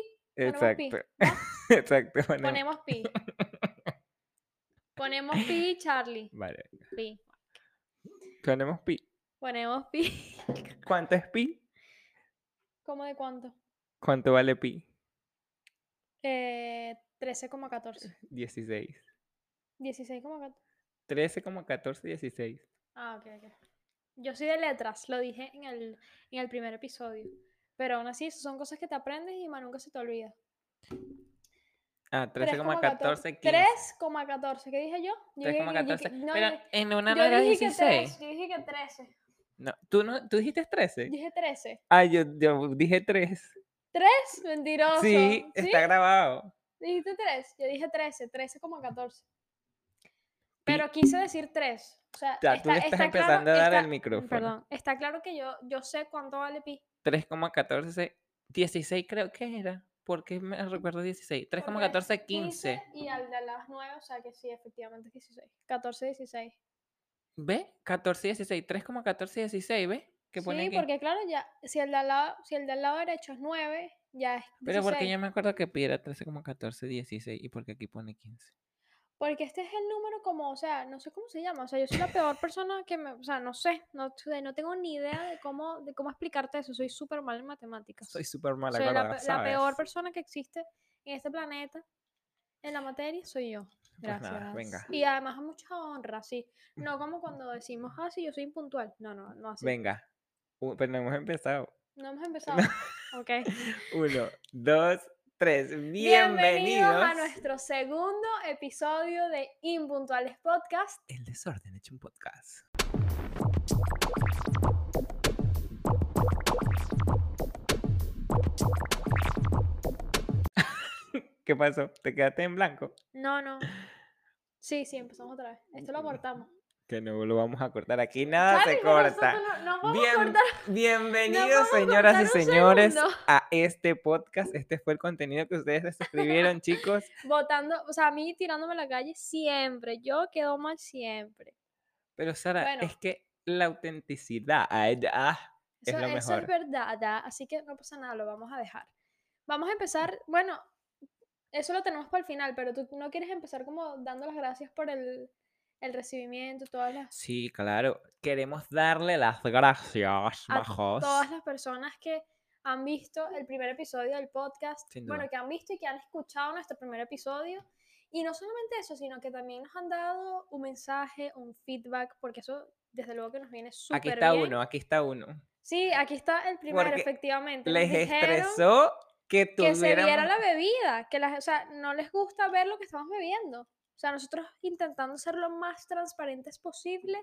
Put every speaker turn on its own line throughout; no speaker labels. Ponemos pi,
Exacto.
¿va?
Exacto. ponemos-
Ponemos pi. Ponemos pi, Charlie.
Vale.
Pi.
Ponemos pi.
Ponemos pi.
¿Cuánto es pi?
¿Cómo de cuánto?
¿Cuánto vale pi?
Eh, 13,14.
16.
16,14.
13,14, 16.
Ah, ok, ok. Yo soy de letras, lo dije en el, en el primer episodio. Pero aún así, eso son cosas que te aprendes y más nunca se te olvida.
Ah,
3,14,
13,14, 15.
3,14. ¿Qué dije yo? Yo dije- yo dije
3,14.
que- no,
Pero
yo-
en una
yo
no era
dije que
16.
tres, yo dije que 13.
No, ¿tú, no, ¿Tú dijiste
Yo
13?
Dije 13.
Ah, yo, yo dije 3.
¿Tres? Mentiroso.
Sí, está grabado.
Dijiste 3. Yo dije 13. 13,14. Pero quise decir 3. O sea,
Ya, tú
está,
le estás
está
empezando
claro,
a dar
está-
el micrófono.
Perdón. Está claro que yo, yo sé cuánto vale pi.
3,14, 16 creo que era. porque me recuerdo 16? 3,14, 15.
Y al de las 9, o sea que sí, efectivamente es 16. 14, 16.
¿Ve? 14, 16. 3,14, 16, ¿ve? Que pone
Sí,
aquí.
porque claro, ya, si el de al lado, si el del lado derecho es 9, ya es 16.
Pero porque yo me acuerdo que pi era 13,14, 16 y porque aquí pone 15.
Porque este es el número como, o sea, no sé cómo se llama, o sea, yo soy la peor persona que me, o sea, no sé, no, sé, no tengo ni idea de cómo, de cómo explicarte eso, soy súper mal en matemáticas.
Soy súper mala
Soy
con
la, pe- la peor persona que existe en este planeta, en la materia, soy yo.
Pues
Gracias.
nada, venga.
Y además a mucha honra, sí. No como cuando decimos, ah, sí, yo soy impuntual. No, no, no así.
Venga. u- Pero no hemos empezado.
No hemos empezado. ok.
Uno, dos, tres. Bienvenidos.
Bienvenidos a nuestro segundo episodio de Impuntuales Podcast.
El desorden hecho un podcast. ¿Qué pasó? ¿Te quedaste en blanco?
No, no. Sí, sí, empezamos otra vez. Esto lo
Mm,
cortamos.
Que no lo vamos a cortar. Aquí nada
Charlie,
Ah, se
pero
corta.
nosotros No, no vamos
Bien-
a cortar.
bienvenidos,
vamos a
señoras y
cortar un
señores,
segundo.
a este podcast. Este fue el contenido que ustedes se suscribieron, chicos.
Votando, o sea, a mí tirándome a la calle siempre. Yo quedo mal siempre.
Pero Sara,
Bueno.
es que la autenticidad. ay, ah, Es
Eso
lo
eso es
mejor.
verdad, ah, así que no pasa nada, lo vamos a dejar. Vamos a empezar, bueno, eso lo tenemos para el final, pero tú no quieres empezar como dando las gracias por el, el recibimiento, todas las,
Sí, claro. Queremos darle las gracias,
A
majos.
todas las personas que han visto el primer episodio del podcast,
Sin
bueno,
duda.
que han visto y que han escuchado nuestro primer episodio. Y no solamente eso, sino que también nos han dado un mensaje, un feedback, porque eso desde luego que nos viene súper
Aquí está
bien.
uno, aquí está uno.
Sí, aquí está el primero,
Porque
efectivamente. nos
Les
dijeron-
estresó que
que se viera
tuviéramos-
la bebida, que las, o sea, no les gusta ver lo que estamos bebiendo. O sea, nosotros intentando ser lo más transparentes posible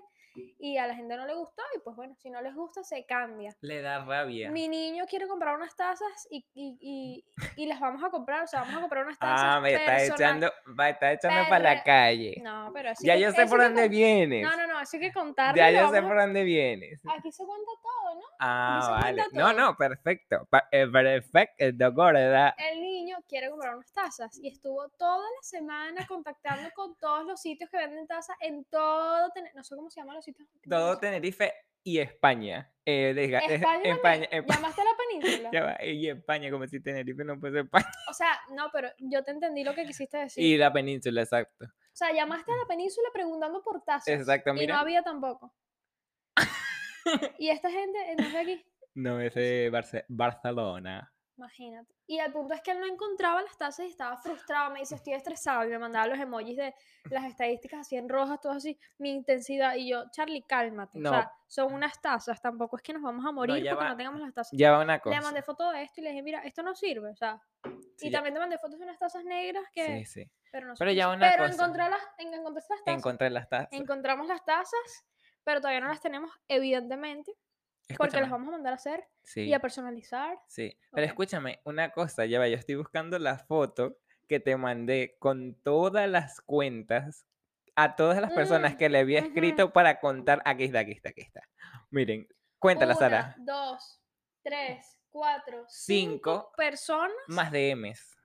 y a la gente no le gustó y pues bueno, si no les gusta se cambia.
Le da rabia.
Mi niño quiere comprar unas tazas y, y, y- y las vamos a comprar, o sea, vamos a comprar unas tazas.
Ah, me está
personal-
echando, me está echando para la
perre-
calle.
No, pero así
ya
que-
yo sé
eso
por
que
dónde
con-
vienes.
No, no, no, eso hay que contarlo.
ya
y lo
yo sé
vamos
por dónde vienes.
a- Aquí se cuenta todo, ¿no?
Ah,
se
vale.
cuenta
No,
todo.
no, perfecto. Pa- eh, Perfecto, gorda.
el niño quiere comprar unas tazas y estuvo toda la semana contactando con todos los sitios que venden tazas en todo, Tene- no sé cómo se llaman los sitios. que venden
Todo
tazas.
Tenerife y España. Eh, diga, eh,
España, también.
España, España.
Llamaste a la península.
Ya va, Y España, como si Tenerife no fuese España.
O sea, no, pero yo te entendí lo que quisiste decir.
Y la península, exacto.
o sea, llamaste a la península preguntando por tazas.
Exacto,
Y no
mira.
había tampoco. y esta gente eh, no es de aquí.
No, es de Barce- Barcelona.
Imagínate. Y el punto es que él no encontraba las tazas y estaba frustrado. Me dice, estoy estresado. Y me mandaba los emojis de las estadísticas así en rojas, todo así, mi intensidad. Y yo, Charlie, cálmate.
No.
O sea, son unas tazas. Tampoco es que nos vamos a morir
ya
porque
va.
no tengamos las tazas.
Ya va una cosa.
Le mandé foto de esto y le dije, mira, esto no sirve. O sea,
Sí,
y
ya-
también te mandé fotos de unas tazas negras que.
Sí, sí.
Pero no sé
Pero
qué
ya
son.
una
Pero
cosa.
encontré las, en- encontré las tazas.
Encontré las tazas.
Encontramos las tazas, pero todavía no las tenemos, evidentemente, porque las
Escúchame.
vamos a mandar a hacer
Sí.
y a personalizar.
Sí, pero
Ok.
escúchame, una cosa, ya va, yo estoy buscando la foto que te mandé con todas las cuentas a todas las personas
Mm,
que le había
ujú.
escrito para contar. Aquí está, aquí está, aquí está. Miren, cuéntala,
Una,
Sara.
dos, tres, cuatro,
Cinco.
cinco personas
Más DMs.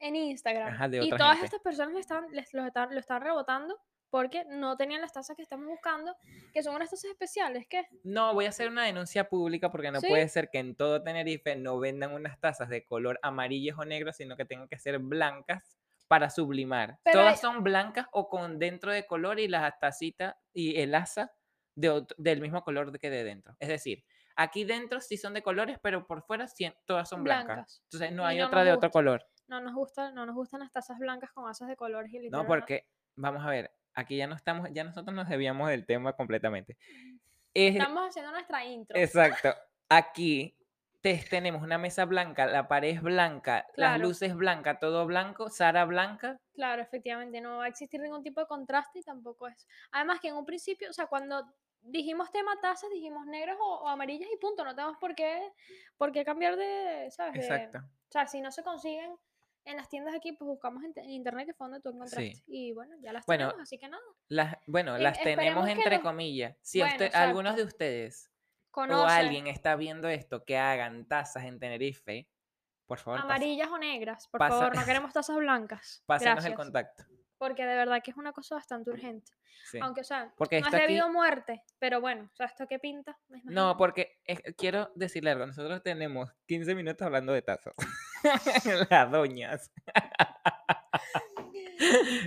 en Instagram.
Ajá, de
y
otra
todas
gente.
estas personas le están, les, los están, lo están rebotando porque no tenían las tazas que estamos buscando, que son unas tazas especiales, que
No, voy a hacer una denuncia pública porque no
Sí.
puede ser que en todo Tenerife no vendan unas tazas de color amarillo o negro, sino que tengan que ser blancas para sublimar.
Pero hay-
Todas son blancas o con dentro de color y las tacitas y el asa de ot- del mismo color que de dentro. Es decir, aquí dentro sí son de colores, pero por fuera sí- todas son blancas.
Blancas.
Entonces no
Y
hay
no
otra
nos
de otro
gusta.
color.
no nos gustan, no nos gustan las tazas blancas con asas de colores y literal,
No, porque vamos a ver, aquí ya no estamos, ya nosotros nos debíamos del tema completamente. Es,
estamos haciendo nuestra intro.
Exacto. Aquí te- tenemos una mesa blanca, la pared es blanca, las
Claro.
luces blancas, todo blanco, Sara blanca.
Claro, efectivamente, no va a existir ningún tipo de contraste y tampoco es. Además que en un principio, o sea, cuando dijimos tema tazas, dijimos negras o, o amarillas y punto, no tenemos por qué, por qué cambiar de, ¿sabes? De-
Exacto.
o sea, si no se consiguen en las tiendas aquí, pues buscamos en, te- en internet que fue donde tú encontraste.
Sí.
Y bueno, ya las
Bueno,
tenemos, así que nada.
Las, bueno,
Eh,
las tenemos
esperemos que
entre
nos-
comillas. Si
Bueno,
usted- algunos de ustedes o
Conoce
alguien está viendo esto que hagan tazas en Tenerife, por favor, pas-
amarillas o negras, por
pasa-
favor, no queremos tazas blancas.
pásenos
Gracias.
el contacto.
Porque de verdad que es una cosa bastante urgente.
Sí.
Aunque, o sea,
Porque
no es
esto aquí-
debido a muerte, pero bueno, o sea, ¿esto qué pinta? Me
No,
imagino.
porque es- quiero decirle algo. Nosotros tenemos 15 minutos hablando de tazas. Las doñas.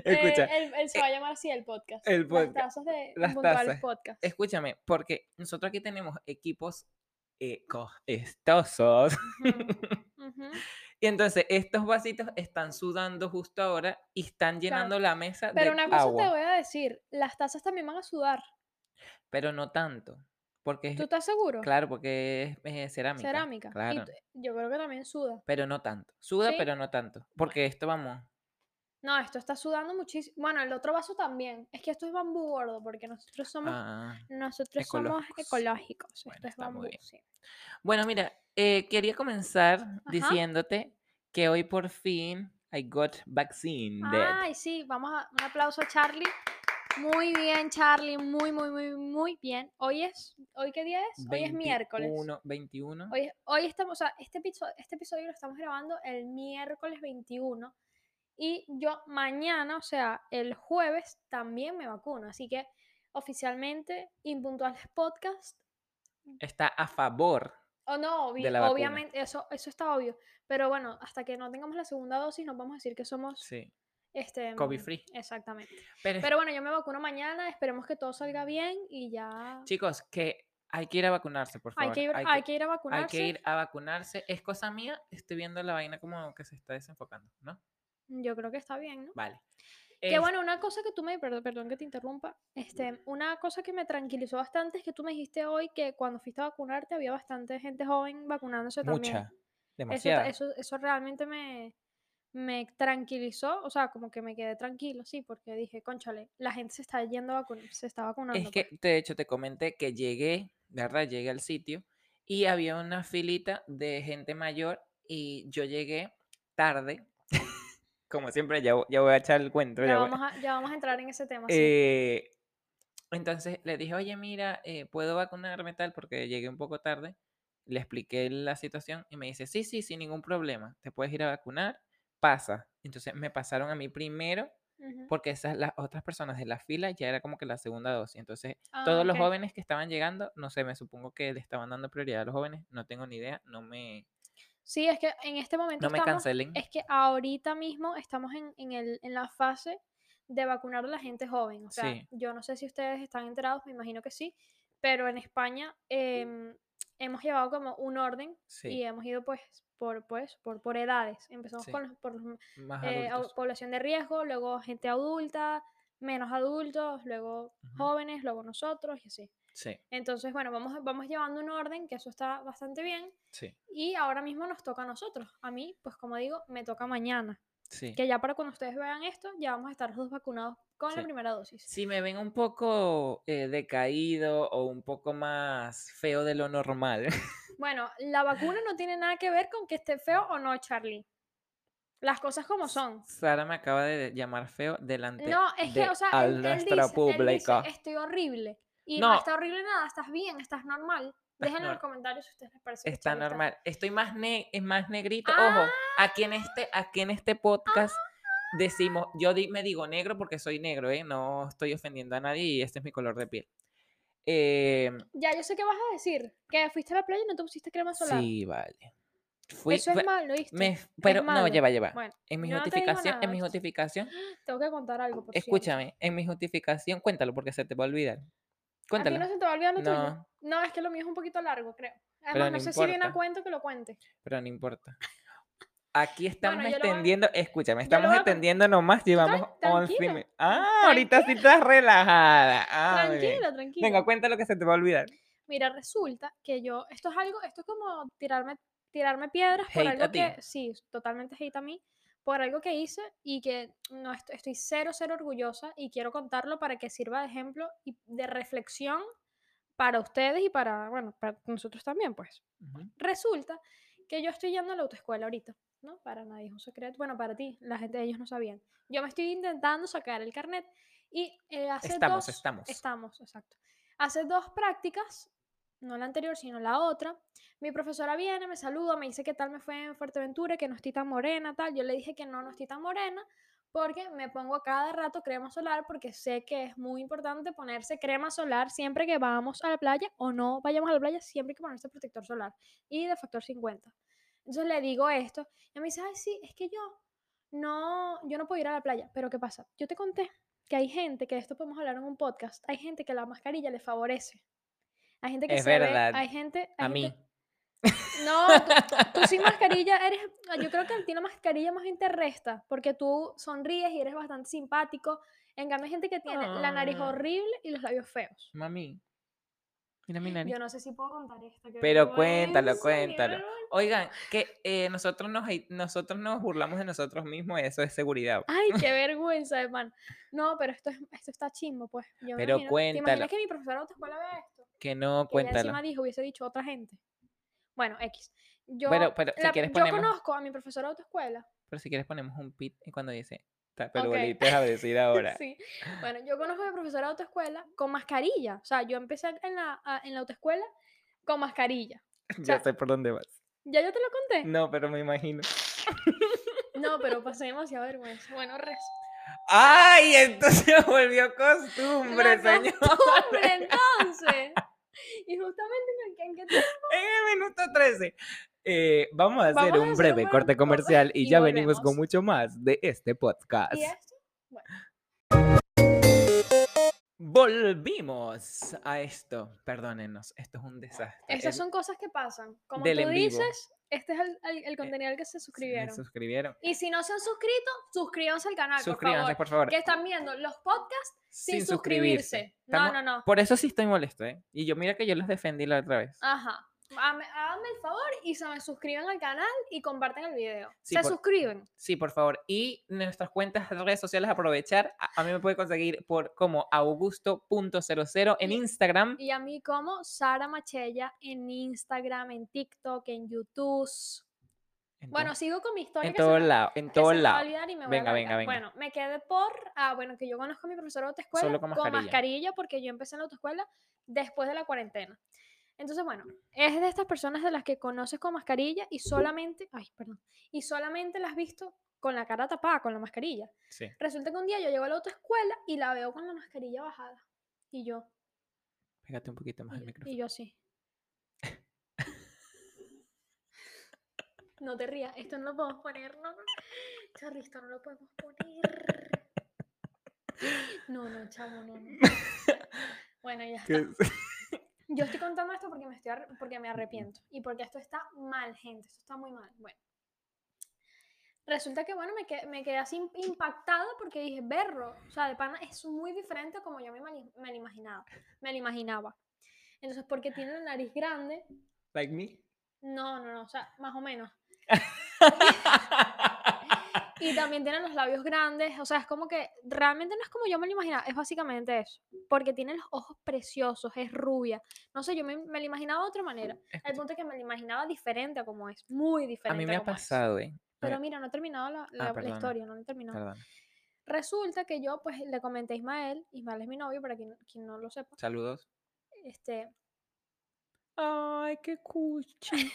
Escucha,
Eh, el- el- se va a llamar así el podcast.
el podcast.
Las tazas de
Las
Impuntuales
tazas.
Podcast.
Escúchame, porque nosotros aquí tenemos equipos eh, costosos.
Ujú, Mm, ujú.
Y entonces estos vasitos están sudando justo ahora y están llenando la mesa
Pero
de
una cosa
agua.
te voy a decir, las tazas también van a sudar.
Pero no tanto. Porque es,
¿Tú estás seguro?
claro, porque es, eh, cerámica.
Cerámica. Y
Claro.
t- yo creo que también suda.
Pero no tanto. Suda,
Sí.
pero no tanto. Porque esto vamos.
No, esto está sudando muchísimo. Bueno, el otro vaso también. Es que esto es bambú gordo, porque nosotros somos,
Ah.
nosotros somos
ecológicos.
ecológicos.
Bueno,
esto es
está muy
bambú.
bien.
sí.
Bueno, mira, eh, quería comenzar diciéndote que hoy por fin I got vaccine.
Ay, sí, vamos a un aplauso a Charlie. Muy bien, Charlie, muy, muy, muy, muy bien. Hoy es, ¿hoy qué día es? Hoy es miércoles.
21, 21.
Hoy, hoy estamos, o sea, este episodio, este episodio lo estamos grabando el miércoles 21 y yo mañana, o sea, el jueves también me vacuno, así que oficialmente Impuntuales Podcast,
está a favor.
o no, obvi-
De la vacuna.
obviamente, eso, eso está obvio, pero bueno, hasta que no tengamos la segunda dosis no vamos a decir que somos
Sí.
este,
COVID
mm,
free.
Exactamente.
Pero,
Pero bueno, yo me vacuno mañana, esperemos que todo salga bien y ya
chicos, que hay que ir a vacunarse, por favor.
hay, que ir, hay que ir a vacunarse.
hay que ir a vacunarse. Es cosa mía, estoy viendo la vaina como que se está desenfocando, ¿no?
mm, Yo creo que está bien, ¿no?
Vale.
Que
Es-
bueno, una cosa que tú me, perdón, perdón que te interrumpa, este, una cosa que me tranquilizó bastante es que tú me dijiste hoy que cuando fuiste a vacunarte había bastante gente joven vacunándose también.
Mucha.
Eso, ta-
Demasiada.
eso, eso realmente me, me tranquilizó, o sea, como que me quedé tranquilo, sí, porque dije, conchale, la gente se está yendo a vacunar, se está vacunando.
Es
pues".
que, de hecho, te comenté que llegué, ¿verdad? Llegué al sitio y había una filita de gente mayor y yo llegué tarde. Como siempre, ya, vo- ya voy a echar el cuento.
ya,
ya voy-
vamos a, ya vamos a entrar en ese tema. ¿Ah, sí.
Eh, entonces le dije, oye, mira, eh, ¿puedo vacunarme tal? Porque llegué un poco tarde. Le expliqué la situación y me dice, sí, sí, sin ningún problema. Te puedes ir a vacunar, pasa. Entonces me pasaron a mí primero
Ujú.
porque esas, las otras personas de la fila ya era como que la segunda dosis. Entonces
Ah,
todos los
ok.
jóvenes que estaban llegando, no sé, me supongo que le estaban dando prioridad a los jóvenes. No tengo ni idea, no me,
Sí, es que en este momento
no me
estamos,
cancelen.
es que ahorita mismo estamos en, en, el, en la fase de vacunar a la gente joven. O sea,
Sí.
yo no sé si ustedes están enterados, me imagino que sí, pero en España em, hemos llevado como un orden y
Sí,
hemos ido pues por, pues, por, por edades. Empezamos
Sí.
con los- por los,
más
eh, au-
adultos.
población de riesgo, luego gente adulta, menos adultos, luego
Ujú.
jóvenes, luego nosotros y así.
Sí,
Entonces, bueno, vamos, vamos llevando un orden, que eso está bastante bien.
sí,
Y ahora mismo nos toca a nosotros. A mí, pues como digo, me toca mañana.
sí.
Que ya para cuando ustedes vean esto, ya vamos a estar los dos vacunados con la
Sí.
primera dosis.
Si me ven un poco eh, decaído o un poco más feo de lo normal,
Bueno, la vacuna no tiene nada que ver con que esté feo o no, Charlie. Las cosas como son.
Sara me acaba de llamar feo delante
No, es
de
que, o sea,
a
él, él dice,
nuestra
él dice,
pública.
estoy horrible. Y no.
No.
está horrible nada, estás bien, estás normal. Déjenlo en
nor-
los comentarios si a ustedes les parece. que
Está
Charlie ¡Ah!
normal. Estoy más, ne- eh, más negrito. Ojo, aquí en, este, aquí en este podcast decimos, yo di- me digo negro porque soy negro, ¿eh? No estoy ofendiendo a nadie y este es mi color de piel. Eh,
Ya, yo sé qué vas a decir. Que fuiste a la playa y no te pusiste crema solar.
sí, vale. Fui,
Eso
fue-
es malo, ¿viste?
me- pero no,
malo.
lleva, lleva.
Bueno,
en mis
yo no te digo
notificaciones, en
nada,
mis
¿viste?
notificaciones,
tengo que contar algo, por cierto.
escúchame, en mis notificaciones, cuéntalo porque se te va a olvidar.
A ti
Cuéntalo.
Ah, no se te va a olvidar lo tuyo.
No,
No, es que lo mío es un poquito largo, creo.
Pero
Además,
no
no sé si viene a
importa.
cuento que lo cuente.
pero no importa. Aquí estamos
yo lo voy a-
extendiendo, escúchame,
yo lo
estamos
voy a con-
extendiendo nomás, llevamos 11
tranquila,
minutos. Ah, ahorita sí estás relajada. Ah, muy bien.
tranquilo, tranquilo.
Venga, cuenta lo que se te va a olvidar.
Mira, resulta que yo, esto es algo, esto es como tirarme, tirarme piedras por
Hate a
algo
ti.
que, sí, totalmente hate a mí, por algo que hice y que no est- estoy cero, cero orgullosa y quiero contarlo para que sirva de ejemplo y de reflexión para ustedes y para, bueno, para nosotros también, pues.
Ujú.
Resulta que yo estoy yendo a la autoescuela ahorita, ¿no? Para nadie es un secreto, bueno, para ti, la gente ellos no sabían. Yo me estoy intentando sacar el carnet y eh, hace
Estamos,
dos...
estamos.
Estamos, exacto. Hace dos prácticas, no la anterior, sino la otra. Mi profesora viene, me saluda, me dice que tal me fue en Fuerteventura, que no estoy tan morena, tal. Yo le dije que no, no estoy tan morena, porque me pongo a cada rato crema solar, porque sé que es muy importante ponerse crema solar siempre que vamos a la playa o no vayamos a la playa, siempre hay que ponerse protector solar y de factor 50. Entonces le digo esto, y me dice, ay, sí, es que yo no, yo no puedo ir a la playa, pero ¿qué pasa? Yo te conté que hay gente, que de esto podemos hablar en un podcast, hay gente que la mascarilla le favorece. Hay gente que
Es
se ve-
verdad,
hay gente... hay
A
gente-
mí.
No, tú, tú sin mascarilla eres... ah, Yo creo que a ti la mascarilla más bien te resta, porque tú sonríes y eres bastante simpático. En cambio, hay gente que tiene la nariz
Ah.
horrible y los labios feos.
Mami. Mira mi nariz.
Yo no sé si puedo contar esta. qué
Pero cuéntalo,
vergüenza, qué
cuéntalo.
vergüenza.
Oigan, que eh, nosotros, nos, hate- nosotros nos burlamos de nosotros mismos, eso es seguridad.
Ay, qué vergüenza, hermano. No, pero esto, es, esto está chimbo, pues. Yo me
Pero
imagino- ¿Te
cuéntalo.
imaginas que mi profesora de autoescuela vea esto?
Que
Que
no,
ella
cuéntalo.
encima dijo, hubiese dicho otra gente. Bueno, X. Yo,
Pero, pero si
la-
quieres
yo
ponemos,
conozco a mi profesora de autoescuela.
pero si quieres ponemos un pit y cuando dice, taperuelitas a decir ahora.
Sí. Bueno, yo conozco a mi profesora de autoescuela con mascarilla. O sea, yo empecé en la, a- en la autoescuela con mascarilla.
Ya
sea-
sé por dónde vas.
¿Ya yo te lo conté?
No, pero me imagino.
No, pero pasé demasiada vergüenza. Bueno, res.
¡Ay! Entonces volvió costumbre,
Una
señor.
costumbre, entonces. Y justamente en el que- en que te
En el minuto 13. Eh, vamos a hacer
Vamos a hacer
un breve
un breve
corte
corte
comercial y,
y
ya venimos con
volvemos.
mucho más de este podcast.
¿Y esto?
Volvimos a esto. Perdónenos, esto es un desastre.
Esas
El-
son cosas que pasan. Como
Em, del
tú
en vivo. Eh,
dices, este es el, el- el contenido al que se
se me
suscribieron.
suscribieron.
Y si no se han suscrito, suscríbanse al canal, por
Suscríbanse,
favor.
por favor.
Que están viendo los podcasts sin, suscribirse.
Estamos-
No, no, no.
Por eso sí estoy molesto, ¿eh? Y yo mira que yo los defendí la otra vez.
Ajá. Hame- Háganme el favor y se me suscriban al canal y comparten el video.
Sí,
se
por-
suscriben.
Sí, por favor. Y nuestras cuentas de redes sociales aprovechar. A, a mí me puede conseguir por como augusto.00 en
Y-
Instagram.
Y a mí como Sara Machella en Instagram, en TikTok, en YouTube.
En
Bueno,
todo-
sigo con mi historia.
en
que se
todos
me-
lados, en
que
todos
se me va a
lados.
olvidar y me voy a
Venga, venga,
alargar.
venga.
Bueno, me quedé por. Ah, bueno, que yo conozco a mi profesora de autoescuela
Solo con mascarilla.
porque yo empecé en la autoescuela después de la cuarentena. Entonces, bueno, es de estas personas de las que conoces con mascarilla y solamente. Ay, perdón. Y solamente las has visto con la cara tapada, con la mascarilla.
Sí.
Resulta que un día yo llego a la autoescuela y la veo con la mascarilla bajada. Y yo.
Pégate un poquito más
Y,
al
yo-
micrófono.
y yo así. No te rías, esto no lo podemos poner, no, no. Charly, esto no lo podemos poner. No, no, chavo, no, no. Bueno, ya está.
Que-
Yo estoy contando esto porque me, estoy arre- porque me arrepiento y porque esto está mal, gente, esto está muy mal. Bueno, resulta que, bueno, me, que- me quedé así im- impactada porque dije, berro, o sea, de pana es muy diferente a como yo me, mani- me lo imaginaba, me lo imaginaba. Entonces, porque tiene la nariz grande,
Like me.
no, no, no, o sea, más o menos. Y también tienen los labios grandes, o sea, es como que realmente no es como yo me lo imaginaba, es básicamente eso, porque tiene los ojos preciosos, es rubia, no sé, yo me, me lo imaginaba de otra manera, el
Escucha,
punto es que me lo imaginaba diferente a como es, muy
a
diferente.
mí me
a
ha
como es.
pasado, ¿eh?
Pero mira, no he terminado la, la- la
perdona,
historia, no la he terminado.
Perdón.
Resulta que yo pues le comenté a Ismael, Ismael es mi novio, para quien, quien no lo sepa,
Saludos.
este,
Ay, qué cuchi.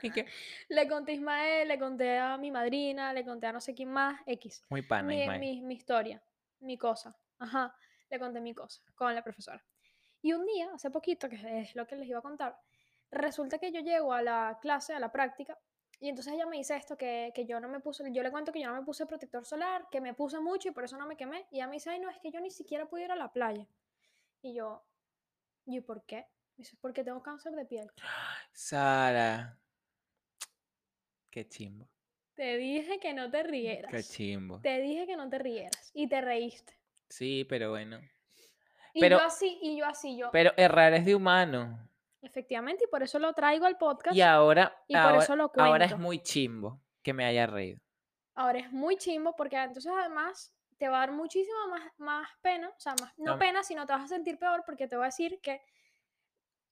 Y que,
Le conté a Ismael, le conté a mi madrina, le conté a no sé quién más, X.
muy pana,
mi,
Ismael.
mi- mi historia, mi cosa. Ajá, le conté mi cosa con la profesora. Y un día, hace poquito, que es lo que les iba a contar, resulta que yo llego a la clase, a la práctica, y entonces ella me dice esto, que, que yo no me puse, yo le cuento que yo no me puse protector solar, que me puse mucho y por eso no me quemé. Y ella me dice, ay, no, es que yo ni siquiera pude ir a la playa. Y yo, ¿y por qué? Me dice, porque tengo cáncer de piel.
Sara. Qué chimbo.
Te dije que no te rieras.
Mm, Qué chimbo.
Te dije que no te rieras. Y te reíste.
Sí, pero bueno.
Y
Pero-
yo así, y yo así, yo.
Pero errar es de humano.
Efectivamente, y por eso lo traigo al podcast.
Y ahora,
y por
ahora,
eso lo
ahora es
cuento.
muy chimbo que me haya reído.
Ahora es muy chimbo porque ah, entonces además te va a dar muchísima más, más pena, o sea, más, no
Tam-
pena, sino te vas a sentir peor porque te voy a decir que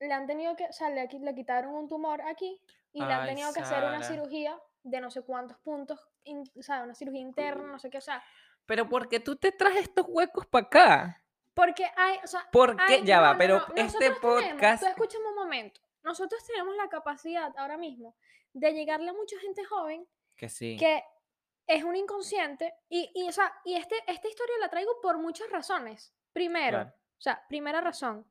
le han tenido que, o sea, le, qui- le quitaron un tumor aquí y le han
Ay,
tenido que hacer una
Sara.
cirugía de no sé cuántos puntos, in- o sea, una cirugía interna, no sé qué, o sea,
Pero ¿por qué tú te traes estos huecos para acá?
porque hay, o sea,
¿Por qué?
Ay,
ya va,
no, no,
pero
no,
este
nosotros tenemos-
podcast...
tú escúchame un momento. Nosotros tenemos la capacidad ahora mismo de llegarle a mucha gente joven
Que sí.
que es un inconsciente. Y, y, o sea, y este, esta historia la traigo por muchas razones. Primero,
Claro.
o sea, primera razón.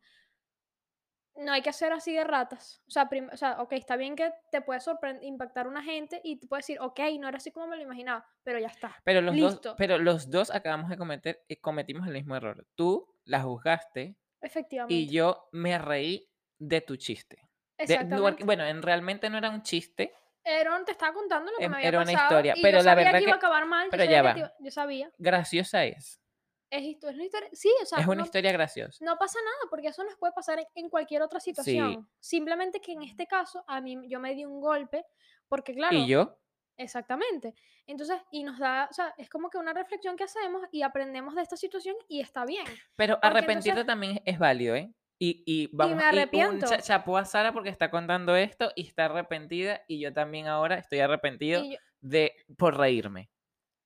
No hay que ser así de ratas. O sea, prim- o sea, ok, está bien que te puede sorprender, impactar una gente y te puede decir, ok, no era así como me lo imaginaba, pero ya está.
Pero los, dos,
listo.
pero los dos acabamos de cometer, eh, cometimos el mismo error. Tú la juzgaste
Efectivamente.
y yo me reí de tu chiste. De- de-
Exactamente.
bueno, en, realmente no era un chiste,
Aaron te estaba contando lo que
Em-
me había
era una
pasado
historia,
y
pero
yo
la
sabía
verdad
que iba a
que-
acabar mal. yo
pero
sabía
ya
que te
va.
iba- yo sabía.
graciosa es.
Es, histo- es una historia. Sí, o sea,
es una
no,
historia graciosa.
no pasa nada porque eso nos puede pasar en, en cualquier otra situación. Simplemente que en este caso a mí yo me di un golpe porque claro,
Y yo,
exactamente. Entonces, y nos da, o sea, es como que una reflexión que hacemos y aprendemos de esta situación y está bien.
pero
Porque
arrepentirte
entonces-
también es válido, ¿eh? Y, y vamos
me
y un
arrepiento.
cha- chapó a Sara porque está contando esto y está arrepentida y yo también ahora estoy arrepentido
Y yo,
de por reírme.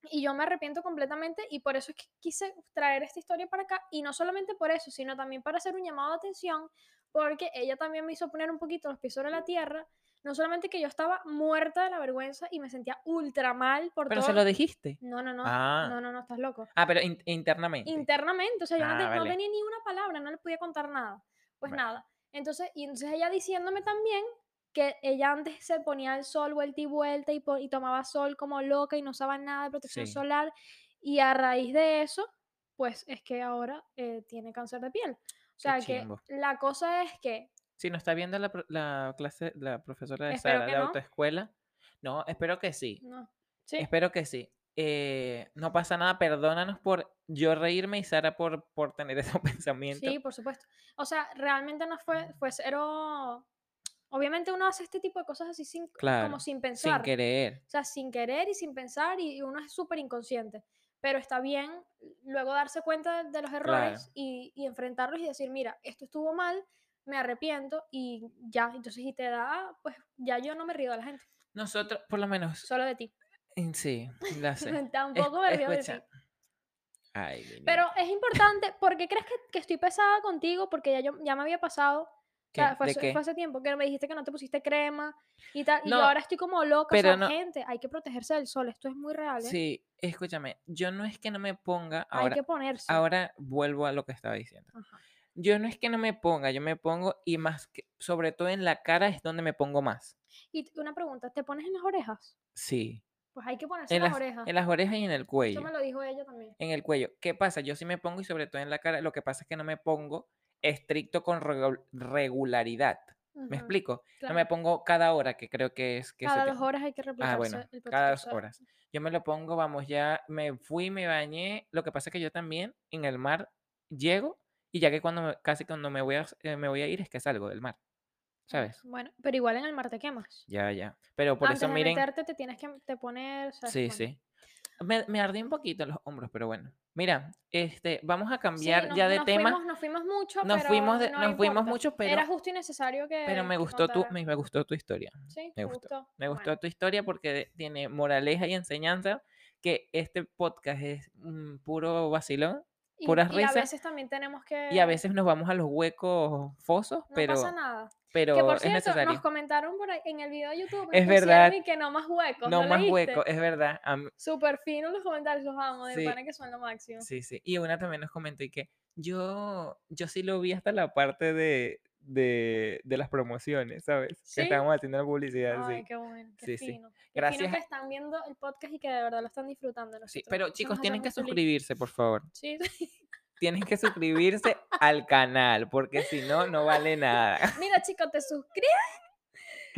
y yo me arrepiento completamente y por eso es que quise traer esta historia para acá y no solamente por eso, sino también para hacer un llamado de atención porque ella también me hizo poner un poquito los pies sobre la tierra, no solamente que yo estaba muerta de la vergüenza y me sentía ultra mal por
Pero
todo.
se lo dijiste.
No, no, no.
Ah.
No, no, no, estás loco.
Ah, pero in- internamente.
Internamente, o sea, yo no,
Ah,
te- no
vale.
tenía ni una palabra, no le podía contar nada. Pues
Vale.
nada. Entonces, y entonces ella diciéndome también que ella antes se ponía el sol vuelta y vuelta y, po- y tomaba sol como loca y no usaba nada de protección
Sí.
solar. Y a raíz de eso, pues es que ahora eh, tiene cáncer de piel. O sea que
chimbo.
la cosa es que
Si no está viendo la, pro- la clase, la profesora de
Espero
Sara
que
de
no.
autoescuela. No, espero que sí.
no. Sí.
Espero que sí. Eh, no pasa nada, perdónanos por yo reírme y Sara por, por tener esos pensamientos.
Sí, por supuesto. O sea, realmente no
Mm.
fue, fue cero. Obviamente uno hace este tipo de cosas así sin,
Claro,
como sin
sin
pensar.
querer.
O sea, sin querer y sin pensar y y uno es súper inconsciente. Pero está bien luego darse cuenta de los errores y, y enfrentarlos y decir, mira, esto estuvo mal, me arrepiento y ya. Entonces, y te da, pues ya yo no me río de la gente,
Nosotros, por lo menos,
solo de ti.
en sí, la sé. Es-
Tampoco me río de ti.
escucha. Ay, mi niña.
Pero es importante, porque crees que, que estoy pesada contigo? Porque ya, yo, ya me había pasado. o
¿Qué?
sea, fue,
¿De
hace-
qué?
fue hace tiempo que me dijiste que no te pusiste crema y tal. y yo
No,
ahora estoy como loca. o
pero
sea,
no-
gente, hay que protegerse del sol. Esto es muy real. ¿eh?
Sí, escúchame. Yo no es que no me ponga
hay
ahora.
que ponerse.
Ahora vuelvo a lo que estaba diciendo.
Ajá.
Yo no es que no me ponga, yo me pongo y más que, sobre todo en la cara es donde me pongo más.
Y t- una pregunta, ¿te pones en las orejas?
Sí.
Pues hay que ponerse
En
en las,
las,
orejas.
en las orejas y en el cuello.
Eso me lo dijo ella también.
En el cuello. ¿Qué pasa? Yo sí me pongo y sobre todo en la cara. Lo que pasa es que no me pongo estricto con regu- regularidad. ¿Me
Ujú,
explico? No me
claro.
pongo cada hora, que creo que es que se
Cada
te-
dos horas hay que replicarse
Ah, bueno,
el protector
cada dos
solar.
horas. Yo me lo pongo, vamos, ya me fui, me bañé. Lo que pasa es que yo también en el mar llego y ya que cuando me- casi cuando me voy a, eh, me voy a ir es que salgo del mar.
Ah,
¿Sabes?
Bueno, pero igual en el mar te quemas.
Ya, ya. Pero por
Antes
eso
de
miren.
meterte te tienes que te poner... o sea,
Sí,
bueno.
sí. Me, me ardí un poquito los hombros, pero bueno. Mira, este, vamos a
Sí,
cambiar ya
nos-
de
nos
tema.
Fuimos, nos fuimos mucho,
nos
pero
fuimos, de-
no
nos fuimos
importa.
mucho, pero,
Era justo y necesario que
pero me
que
gustó tu,
contara.
me, me gustó tu historia.
Sí, me
me gustó.
gustó.
Me gustó
Bueno,
tu historia porque de- tiene moraleja y enseñanza que este podcast es un puro vacilón
Y,
puras
y
risas.
a veces también tenemos que...
Y a veces nos vamos a los huecos fosos,
No
pero,
pasa nada.
pero
que por
es
cierto,
necesario.
nos comentaron por ahí en el video de YouTube.
Es
pusieron
verdad.
Y que no más huecos.
no
¿lo
más
leíste?
huecos, es verdad. a mí-
Súper finos los comentarios, los amo. De
Sí.
pana que son lo máximo.
sí, sí. Y una también nos comentó y que yo, yo sí lo vi hasta la parte de, de, de las promociones, ¿sabes?
¿Sí?
Que estábamos haciendo la publicidad,
Ay,
sí.
qué bueno, qué
Sí, sí.
fino. Qué
Gracias
fino
a-
que están viendo el podcast y que de verdad lo están disfrutando.
Sí,
nosotros.
pero
Eso
chicos,
nos
tienen
hace
que
muy feliz.
suscribirse, por favor.
Sí,
Tienen que suscribirse al canal, porque si no, no vale nada.
Mira, chicos, te suscribes.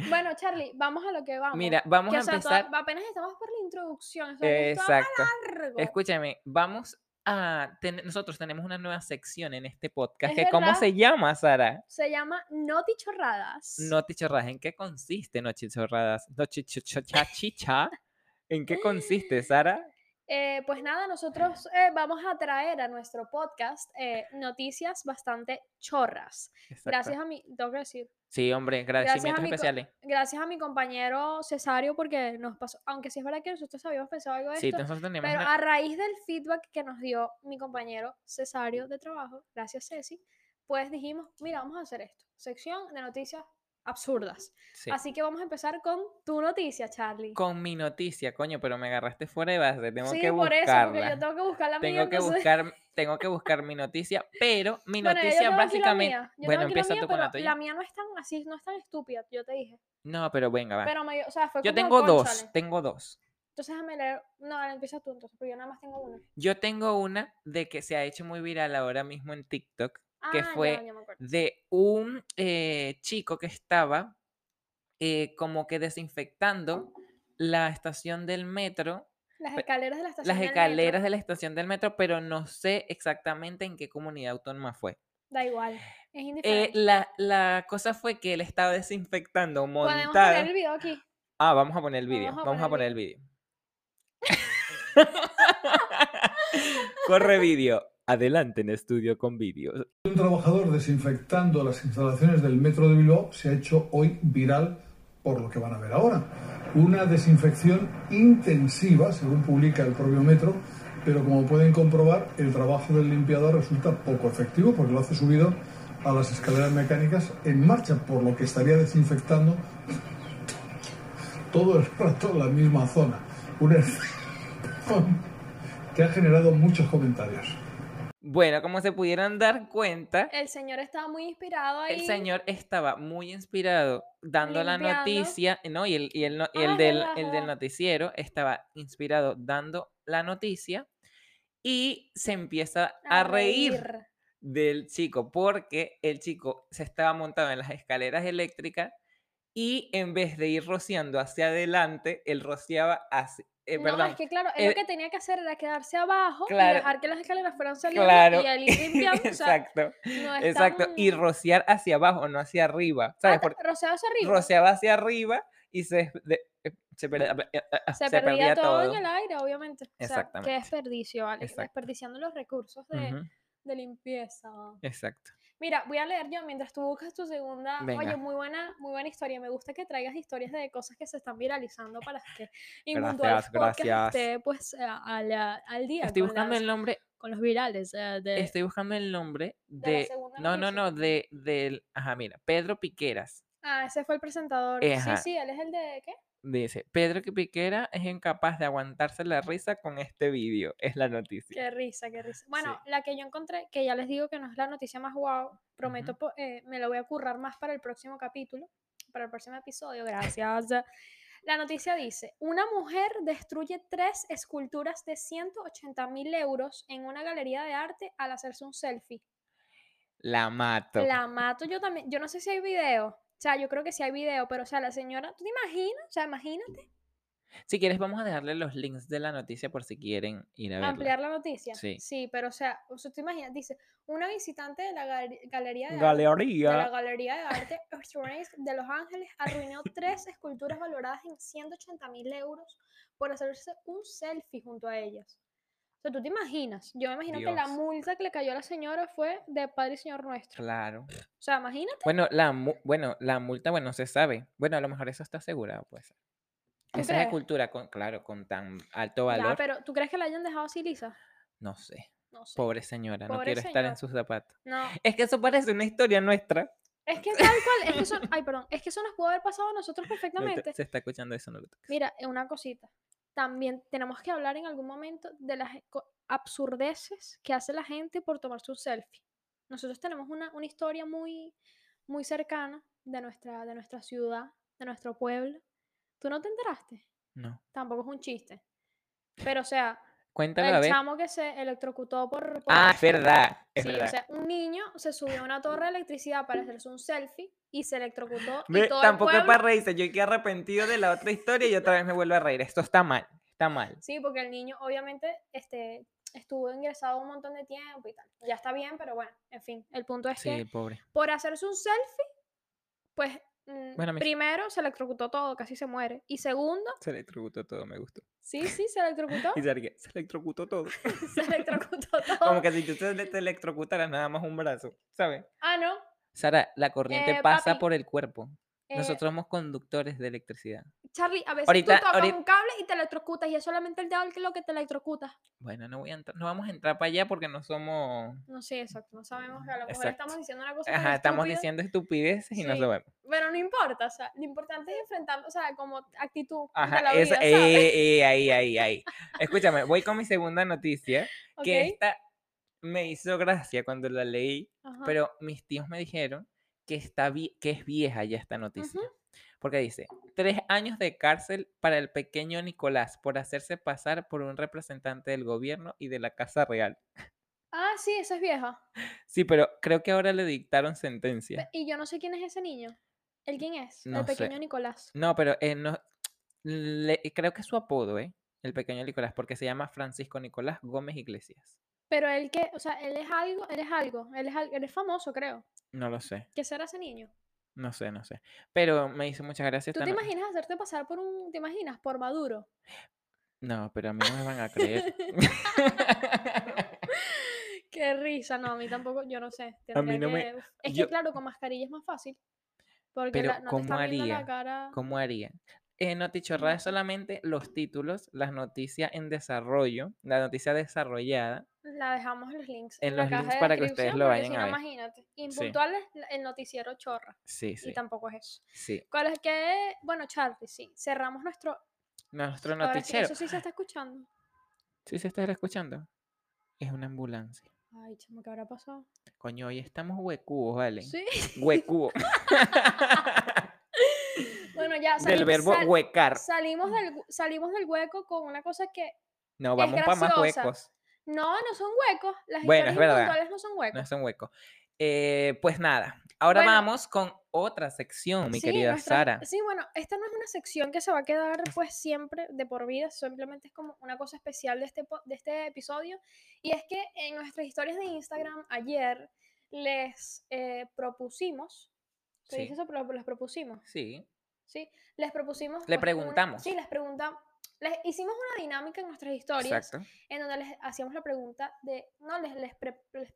Bueno, Charlie, vamos a lo que vamos.
Mira, vamos
Que,
a
o sea, toda-
empezar.
apenas estamos por la introducción. O sea, que esto va
Exacto.
para largo.
Escúchame, vamos a. ten- Nosotros tenemos una nueva sección en este podcast.
Es
que ¿Cómo
verdad.
se llama, Sara?
Se llama No Dichorradas.
No chichorradas. ¿En qué consiste no chichorradas? No chicha. ¿En qué consiste, Sara?
Eh, pues nada, nosotros eh, vamos a traer a nuestro podcast eh, noticias bastante chorras.
Exacto.
Gracias a mi, tengo que decir,
Sí, hombre,
Gracias a
agradecimientos
mi co-
especiales.
gracias a mi compañero Cesario porque nos pasó, aunque sí es verdad que nosotros habíamos pensado algo de
Sí,
esto,
nosotros tenemos.
pero
una-
a raíz del feedback que nos dio mi compañero Cesario de trabajo, gracias Ceci, pues dijimos, mira, vamos a hacer esto, sección de noticias absurdas.
sí.
Así que vamos a empezar con tu noticia, Charlie.
Con mi noticia, coño, pero me agarraste fuera de base. Tengo
sí,
que
por eso, porque
buscarla.
yo tengo que buscar la mía,
tengo que
entonces-
buscar tengo que buscar mi noticia pero mi
Bueno, ya yo
noticia
tengo aquí la
básicamente
mía, yo
bueno
tengo aquí la
empieza
mía,
tú con la
pero
tuya
mía no es tan así, no es tan estúpida, yo te dije.
no pero venga va
Pero me dio- o sea, fue
Ah. yo
como,
tengo dos
"Cónchale".
tengo dos
Entonces déjame leer. No, ahora empieza tú entonces, porque yo nada más tengo una.
yo tengo una de que se ha hecho muy viral ahora mismo en TikTok Que
Ah, ya,
fue
ya me acuerdo.
de un eh, chico que estaba eh, como que desinfectando
Oh.
la estación del metro
Las
pe-
escaleras de la estación.
las
del metro,
escaleras de la estación del metro pero no sé exactamente en qué comunidad autónoma fue
Da igual. Es
Eh,
indiferente.
la, la cosa fue que él estaba desinfectando
Podemos poner
montado.
el video aquí.
Ah, vamos a poner el vídeo. Vamos, a poner el vídeo. Corre vídeo. Adelante en estudio con vídeo.
Un trabajador desinfectando las instalaciones del metro de Bilbao se ha hecho hoy viral por lo que van a ver ahora. Una desinfección intensiva, según publica el propio metro, pero como pueden comprobar, el trabajo del limpiador resulta poco efectivo porque lo hace subido a las escaleras mecánicas en marcha, por lo que estaría desinfectando todo el rato la misma zona. Una que ha generado muchos comentarios.
Bueno, como se pudieron dar cuenta,
El señor estaba muy inspirado ahí.
el señor estaba muy inspirado dando la
Limpiando.
noticia, ¿no? Y el, y el no- y el
Ah, es
del,
verdad, es
el del
verdad.
noticiero estaba inspirado dando la noticia y se empieza a, reír. del chico, porque el chico se estaba montado en las escaleras eléctricas y en vez de ir rociando hacia adelante, él rociaba hacia... eh,
no,
perdón,
es que claro, él
eh,
lo que tenía que hacer era quedarse abajo y
claro.
dejar que las escaleras fueran saliendo
claro.
y él ir limpiando. o sea,
exacto,
no es
exacto.
tan-
Y rociar hacia abajo, no hacia arriba. ¿Sabes?
Ah,
Porque
rociado hacia arriba.
rociaba hacia arriba y se, des- de- eh, se, per- eh, eh, eh,
se,
se
perdía, todo, en el aire, obviamente. O sea,
Exactamente.
qué desperdicio, ¿vale?
Exacto.
Desperdiciando los recursos de,
Ujú,
de limpieza.
Exacto.
Mira, voy a leer yo mientras tú buscas tu segunda.
Venga.
Oye, muy buena, muy buena historia. Me gusta que traigas historias de cosas que se están viralizando para que Inmundual
Gracias,
Podcast
gracias.
esté pues eh, a la- al día
Estoy
con,
buscando
las-
el nombre,
con los virales. eh, de,
estoy buscando el nombre
de la
de...
segunda
No, no,
noticia.
no, de, del... Ajá, mira, Pedro Piqueras.
Ah, ese fue el presentador.
Ajá.
Sí, sí, él es el de ¿qué?
Dice, Pedro que Piquera es incapaz de aguantarse la risa con este vídeo. Es la noticia.
Qué risa, qué risa. Bueno, la que yo encontré, que ya les digo que no es la noticia más guau, prometo, po- eh, me la voy a currar más para el próximo capítulo, para el próximo episodio, gracias. La noticia dice, una mujer destruye tres esculturas de 180 mil euros en una galería de arte al hacerse un selfie.
La mato.
La mato yo también, yo no sé si hay video, o sea, yo creo que sí hay video, pero o sea, la señora, ¿tú te imaginas? O sea, imagínate
Si quieres, vamos a dejarle los links de la noticia por si quieren ir a verla.
ampliar la noticia.
Sí.
pero o sea, o sea, tú imaginas, dice, una visitante de la gal- galería de arte de la
Galería.
Galería de Arte Ortiz de Los Ángeles arruinó tres esculturas valoradas en 180 mil euros por hacerse un selfie junto a ellas. O sea, tú te imaginas. Yo me imagino que la
Dios.
multa que le cayó a la señora fue de Padre y Señor Nuestro.
Claro.
O sea, imagínate.
Bueno, la, mu- bueno, la multa, bueno, se sabe. Bueno, a lo mejor eso está asegurado, pues.
¿Tú
Esa es
crees?
cultura, con, claro, con tan alto
Ya,
valor.
pero ¿tú crees que la hayan dejado así lisa?
No sé.
No sé.
Pobre señora, no
Pobre
quiero estar
señora.
en sus zapatos.
No,
Es que eso parece una historia nuestra.
es que tal cual, es que eso, ay, perdón, es que eso nos pudo haber pasado a nosotros
No te-
perfectamente.
Este, se está escuchando eso, no lo toques.
Mira, eh, una cosita. También tenemos que hablar en algún momento de las eh, co- absurdeces que hace la gente por tomarse un selfie. Nosotros tenemos una, una historia muy, muy cercana de nuestra, de nuestra ciudad, de nuestro pueblo. ¿Tú no te enteraste?
No.
Tampoco es un chiste. Pero, o sea,
Cuéntalo a
el
ver.
chamo que se electrocutó por... por-
Ah, es verdad. Es
sí,
verdad.
o sea, un niño se subió a una torre de electricidad para hacerse un selfie y se electrocutó. y
Ve,
todo el
tampoco es
pueblo-
para reírse. Yo quedé arrepentido de la otra historia y otra vez me vuelvo a reír. Esto está mal. Está mal.
Sí, porque el niño obviamente este, estuvo ingresado un montón de tiempo y tal. Ya está bien, pero bueno, en fin, el punto es
Sí,
que
pobre.
por hacerse un selfie, pues mm,
Bueno, mis-
primero se electrocutó todo, casi se muere. Y segundo,
Se electrocutó todo, me gustó.
sí, sí, se electrocutó,
Y Sargue, se electrocutó todo.
se electrocutó todo.
Como que si tú te te electrocutaras nada más un brazo, ¿sabes?
Ah, no.
Sara, la corriente
Eh,
pasa
papi,
por el cuerpo.
eh,
Nosotros somos conductores de electricidad.
Charlie, a veces
ahorita-
tú tocas
ahorita-
un cable y te electrocutas y es solamente el dedo el que lo que te electrocuta.
Bueno, no, voy a entrar- no vamos a entrar para allá porque no somos...
No sé, exacto, no sabemos, a lo mejor
Exacto.
estamos diciendo una cosa. tan
Ajá, estamos
estúpida.
diciendo estupideces y no
Sí.
sabemos.
Pero no importa, o sea, lo importante es enfrentar, o sea, como actitud de
Ajá,
la
esa-
vida, ¿sabes?
eh, eh, ahí, ahí, ahí. Escúchame, voy con mi segunda noticia, que
Ok,
esta me hizo gracia cuando la leí,
ajá.
pero mis tíos me dijeron que, está vi- que es vieja ya esta noticia. Porque dice, tres años de cárcel para el pequeño Nicolás por hacerse pasar por un representante del gobierno y de la Casa Real.
Ah, sí, esa es vieja.
Sí, pero creo que ahora le dictaron sentencia.
Pe- Y yo no sé quién es ese niño. ¿El quién es?
No
el
sé.
pequeño Nicolás.
No, pero eh, no, le- creo que es su apodo, ¿eh? El pequeño Nicolás, porque se llama Francisco Nicolás Gómez Iglesias.
Pero él que, o sea, él es algo, él es algo, él es, al- él es famoso, creo.
No lo sé,
¿Qué será ese niño?
no sé, no sé. Pero me hizo muchas gracias.
¿Tú te imaginas hacerte pasar por un, te imaginas, por Maduro?
No, pero a mí no me van a creer.
Qué risa, no, a mí tampoco, yo no sé.
A mí
tendría
no me-
que- Es
yo-
que claro, con mascarilla es más fácil. Porque
Pero,
la- no te
¿cómo
están viendo la
haría?
cara.
¿Cómo haría? Eh, Notichorrada es solamente los títulos, las noticias en desarrollo, la noticia desarrollada.
La dejamos en los links.
En los
la caja
links
de
para que ustedes
descripción,
lo
porque
vayan
si
a
no,
ver.
Imagínate. Impuntuales, la- el noticiero chorra.
Sí,
Y
sí,
tampoco es eso.
sí.
¿Cuál es que? Bueno, Charlie, sí. Cerramos nuestro.
Nuestro
Ahora sí,
noticiero.
eso sí se está escuchando.
¿Sí se está escuchando? Es una ambulancia.
Ay, chamo, ¿qué habrá pasado?
Coño, hoy estamos huecubos, ¿vale?
Sí.
Huecubos.
Bueno, ya
Del
sali-
verbo
sal-
huecar.
salimos del gu- salimos del hueco con una cosa que
No,
es
vamos para más
graciosa.
huecos.
no, no son huecos. Las
Bueno, es
historias
verdad.
impuntuales no son huecos.
No es un hueco. Eh, pues nada, ahora
Bueno.
vamos con otra sección, mi
Sí,
querida
nuestra-
Sara.
Sí, bueno, esta no es una sección que se va a quedar pues siempre de por vida, simplemente es como una cosa especial de este, po- de este episodio. Y es que en nuestras historias de Instagram ayer les eh, propusimos, se
Sí.
dice eso, pero les propusimos,
Sí,
¿sí? Les propusimos...
Le
pues, una-
preguntamos.
sí, les preguntamos. Les hicimos una dinámica en nuestras historias
exacto.
en donde les hacíamos la pregunta de... No, les... les, pre- les-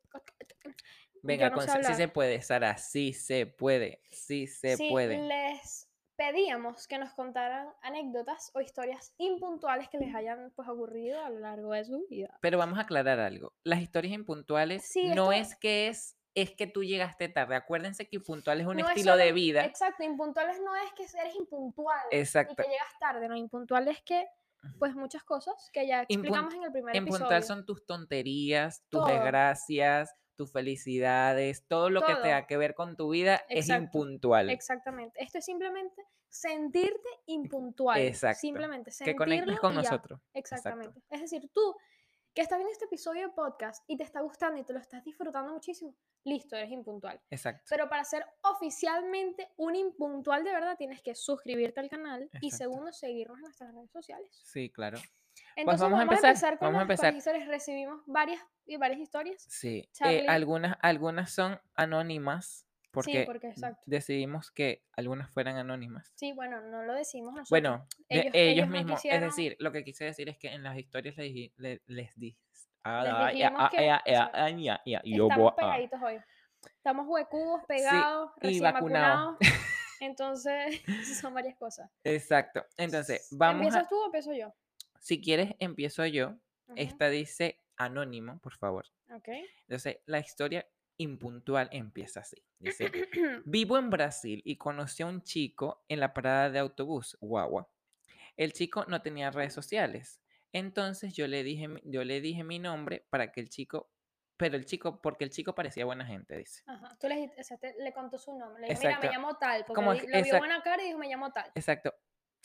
Venga,
no
con
sé
Sa- sí
hablar.
se puede, Sara, sí se puede, sí se
Sí,
puede.
Les pedíamos que nos contaran anécdotas o historias impuntuales que les
Mm.
hayan pues ocurrido a lo largo de su vida.
Pero vamos a aclarar algo. Las historias impuntuales
Sí,
no
esto-
es que es es que tú llegaste tarde. Acuérdense que impuntual es un
No es
estilo de
solo-
vida.
Exacto, impuntuales no es que eres impuntual y
Exacto.
que llegas tarde, no, impuntual es que pues muchas cosas que ya
Impun-
explicamos en el primer
En
episodio.
puntual son tus tonterías, tus
Todo.
desgracias, tus felicidades, todo lo que
Todo.
tenga que ver con tu vida es
Exacto,
impuntual.
Exactamente. Esto es simplemente sentirte impuntual.
Exacto,
Simplemente sentirlo
que conectas con
y ya.
nosotros.
Exactamente. Es decir, tú que estás viendo este episodio de podcast y te está gustando y te lo estás disfrutando muchísimo, listo, eres impuntual.
Exacto.
Pero para ser oficialmente un impuntual de verdad, tienes que suscribirte al canal y
Exacto.
segundo, seguirnos en nuestras redes sociales.
Sí, claro.
Entonces
Pues vamos a empezar,
con,
vamos a
las- con las
empezar.
historias. Recibimos varias y varias historias.
Sí. eh,
Charlie.
algunas, algunas son anónimas porque, mm.
porque, exacto.
decidimos que algunas fueran anónimas.
Sí, bueno, no lo decimos nosotros.
Bueno, de- ellos,
ellos- ellos no
mismos.
quisieron-
Es decir, lo que quise decir es que en las historias les, dije- le- les di-
Les
ay,
dijimos
ah,
que,
ah,
o sea,
ah, ya, ya, yo voy
Estamos
a-
pegaditos hoy. Estamos huecudos, pegados, recién
vacunados.
vacunados. Entonces, son varias cosas.
Exacto. Entonces, vamos
¿Empiezas
a.
tú o empiezo yo?
Si quieres, empiezo yo.
Ajá.
Esta dice anónimo, por favor.
Ok.
Entonces, la historia impuntual empieza así. Dice, Vivo en Brasil y conocí a un chico en la parada de autobús, guagua. El chico no tenía redes sociales. Entonces yo le dije, mi- yo le dije mi nombre para que el chico, pero el chico, porque el chico parecía buena gente, dice.
Ajá. Tú le, dijiste- o sea, te- le contó su nombre. Le dije, mira, me
Exacto.
llamo tal. Porque
Como
vi-
ex-
lo vio
exact-
buena cara y dijo, me llamo tal.
Exacto.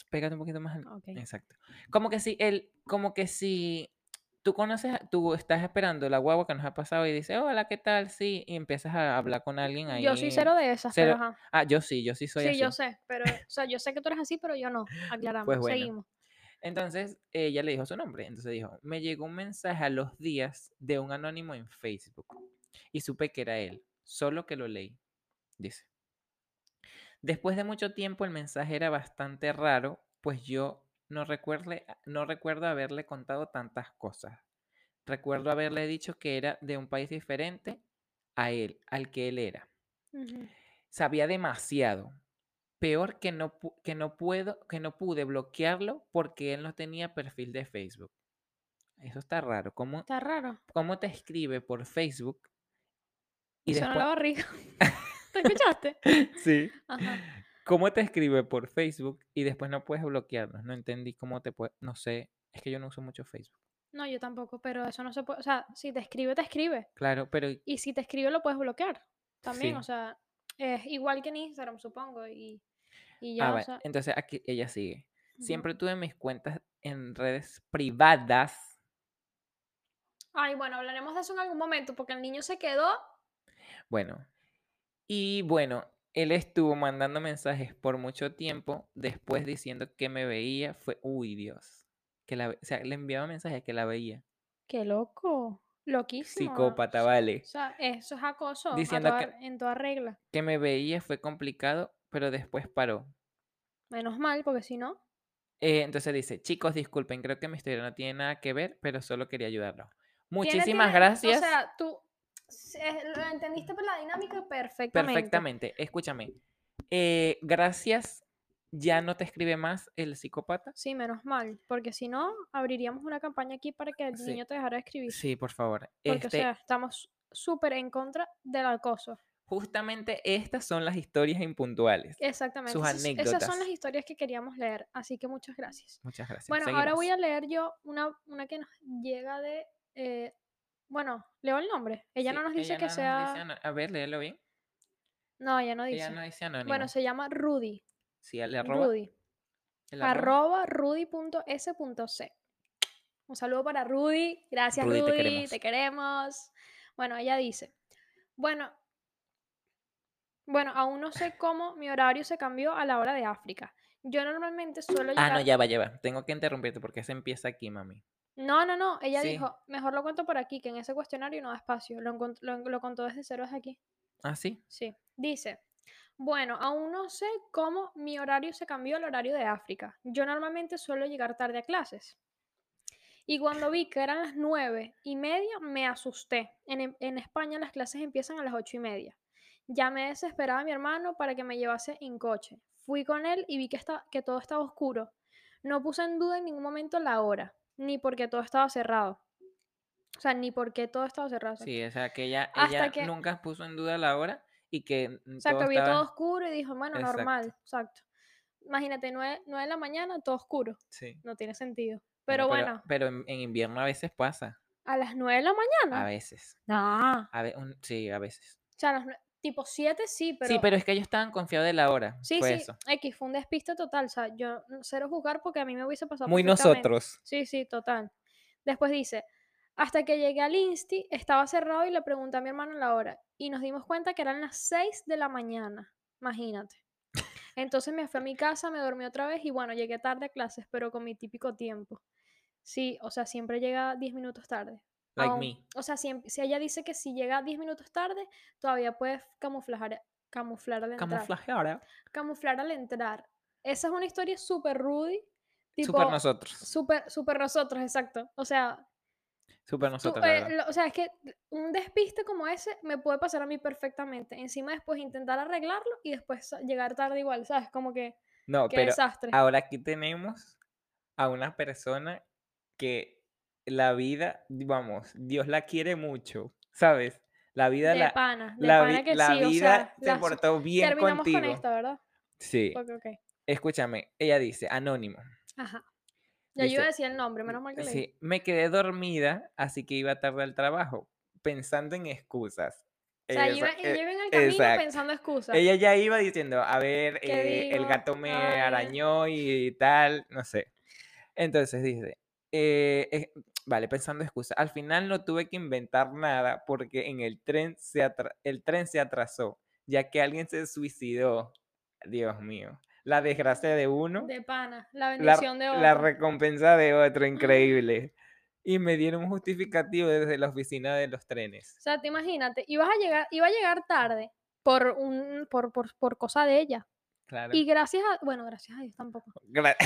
Pégate un poquito más. al-
Ok.
Exacto. Como que si él, como que si tú conoces, a- tú estás esperando la guagua que nos ha pasado y dices, hola, ¿qué tal? Sí, y empiezas a hablar con alguien ahí.
Mm, Yo soy cero de esas, pero
cero-
ajá.
Ah, yo sí, yo sí soy
sí,
así.
yo sé, pero, o sea, yo sé que tú eres así, pero yo no. Aclaramos,
Pues bueno.
seguimos.
Entonces ella le dijo su nombre. Entonces dijo, me llegó un mensaje a los días de un anónimo en Facebook y supe que era él, solo que lo leí, dice. Después de mucho tiempo el mensaje era bastante raro, pues yo no, recuerde, no recuerdo haberle contado tantas cosas. Recuerdo haberle dicho que era de un país diferente a él, al que él era
Ujú.
sabía demasiado. Peor que no, pu- que no puedo, que no pude bloquearlo porque él no tenía perfil de Facebook. Eso está raro. ¿Cómo,
Está raro.
cómo te escribe por Facebook? Y
Y sonó la
después,
barriga. ¿Te escuchaste?
sí.
Ajá.
¿Cómo te escribe por Facebook y después no puedes bloquearlos? No entendí cómo te puede, no sé, es que yo no uso mucho Facebook.
No, yo tampoco, pero eso no se puede. O sea, si te escribe, te escribe.
Claro, pero
Y si te escribe, lo puedes bloquear. También,
Sí.
o sea, es igual que en Instagram, supongo. Y, y
Ah,
ya, o
vale,
sea.
Entonces aquí ella sigue.
ujú.
Siempre tuve mis cuentas en redes privadas.
Ay, bueno, hablaremos de eso en algún momento, porque el niño se quedó.
Bueno, y bueno, él estuvo mandando mensajes por mucho tiempo, después diciendo que me veía, fue, uy Dios, que la, ve- o sea, le enviaba mensajes que la veía,
Qué loco. Loquísimo. ¿no?
psicópata, vale.
O sea, eso es acoso. a
Diciendo
toda-
que-
En toda regla.
Que me veía fue complicado, pero después paró.
Menos mal, porque si no.
Eh, entonces dice, chicos, disculpen, creo que mi historia no tiene nada que ver, pero solo quería ayudarlo.
Tiene-
Muchísimas
tiene-
gracias.
O sea, tú se- lo entendiste por la dinámica perfectamente.
Perfectamente, escúchame. eh, gracias, ya no te escribe más el psicópata.
Sí, menos mal, porque si no, abriríamos una campaña aquí para que el
Sí.
niño te dejara de escribir.
Sí, por favor.
Porque,
este,
o sea, estamos súper en contra del acoso.
Justamente estas son las historias impuntuales.
Eh, Exactamente.
Sus
esas- Esas son
anécdotas.
las historias que queríamos leer, así que muchas gracias.
Muchas gracias.
Bueno, ahora voy a
Seguimos.
leer yo una, una que nos llega de... eh, bueno, leo el nombre. Ella
Sí,
no nos dice
ella
que
no
sea...
dice ano- a ver, léelo bien.
No, ella no dice.
Ella no dice anónimo.
bueno, se llama Rudy.
sí, el arroba.
Rudy.
el arroba.
arroba rudy.s.c. Un saludo para Rudy. Gracias, Rudy.
Rudy, te
Te queremos.
queremos.
Bueno, ella dice, bueno, bueno, aún no sé cómo mi horario se cambió a la hora de África. Yo normalmente suelo
Ah,
llegar...
no, ya va, ya va. Tengo que interrumpirte porque se empieza aquí, mami.
no, no, no, Ella
Sí.
dijo, mejor lo cuento por aquí, que en ese cuestionario no da espacio. Lo, encont- lo, en- lo contó desde cero desde aquí.
Ah, sí.
Sí, dice, bueno, aún no sé cómo mi horario se cambió al horario de África. Yo normalmente suelo llegar tarde a clases. Y cuando vi que eran las nueve y media, me asusté. En, em- en España las clases empiezan a las ocho y media. Ya me desesperaba mi hermano para que me llevase en coche. Fui con él y vi que, esta- que todo estaba oscuro. No puse en duda en ningún momento la hora, ni porque todo estaba cerrado. O sea, ni porque todo estaba cerrado. exacto.
Sí, o sea, que ella,
Hasta
ella
que-
nunca puso en duda la hora y que. mm,
Exacto,
todo
vio
estaba-
todo oscuro y dijo, bueno,
Exacto.
normal, exacto. Imagínate, 9, de la mañana, todo oscuro.
Sí.
No tiene sentido.
Bueno,
Pero bueno,
Pero, en, en invierno a veces pasa.
a las 9 de la
A
mañana.
veces.
No.
A ve- un- sí, a veces.
O sea, a las nue- tipo 7 sí, pero...
sí, pero es que ellos estaban confiados de la hora.
Sí,
Fue
sí,
eso.
X, fue un despiste total. O sea, yo n- cero jugar porque a mí me hubiese pasado
Muy
perfectamente.
nosotros.
Sí, sí, total. Después dice, hasta que llegué al Insti, estaba cerrado y le pregunté a mi hermano la hora. Y nos dimos cuenta que eran las 6 de la mañana. Imagínate. Entonces me fui a mi casa, me dormí otra vez y bueno, llegué tarde a clases, pero con mi típico tiempo. Sí, o sea, siempre llega 10 minutos tarde.
Like
Aún-
me.
O sea, si, si ella dice que si llega 10 minutos tarde, todavía puedes camuflar, camuflar al entrar
Camuflaje ahora.
camuflar al entrar. Esa es una historia súper Rudy. Tipo,
Super nosotros.
Súper súper nosotros, exacto. O sea,
Super
tú,
nosotros. la
eh,
verdad.
lo- o sea, es que un despiste como ese me puede pasar a mí perfectamente. Encima después intentar arreglarlo y después sa- llegar tarde igual, ¿sabes? Como que,
no,
qué
pero
desastre.
ahora aquí tenemos a una persona que la vida, vamos, Dios la quiere mucho, ¿sabes? La vida
de
la,
pana, de
la,
pana
vi-
que
la
sí,
vida
o sea,
se
las-
portó bien
terminamos
contigo.
con esto, ¿verdad?
Sí,
Porque, ok,
escúchame, ella dice, anónimo.
ajá. Ya yo
Dice,
iba a decir el nombre, menos mal que leí.
Sí, me quedé dormida, así que iba tarde al trabajo, pensando en excusas.
O sea,
Esa-
iba,
e-
ella iba en el camino
exacto.
pensando excusas.
Ella ya iba diciendo, a ver,
¿Qué
eh, el
digo?
gato me
Ay, no.
arañó y tal, no sé. Entonces dice, eh, eh, vale, pensando excusa, al final no tuve que inventar nada porque en el tren se, atra- el tren se atrasó, ya que alguien se suicidó. Dios mío, la desgracia de uno,
De pana, la
la,
bendición de otro.
la recompensa de otro, increíble. Y me dieron un justificativo desde la oficina de los trenes.
O sea, te imagínate, ibas a llegar, iba a llegar tarde por un, por, por, por cosa de ella.
Claro.
Y gracias a, bueno, gracias a Dios tampoco.
Gra-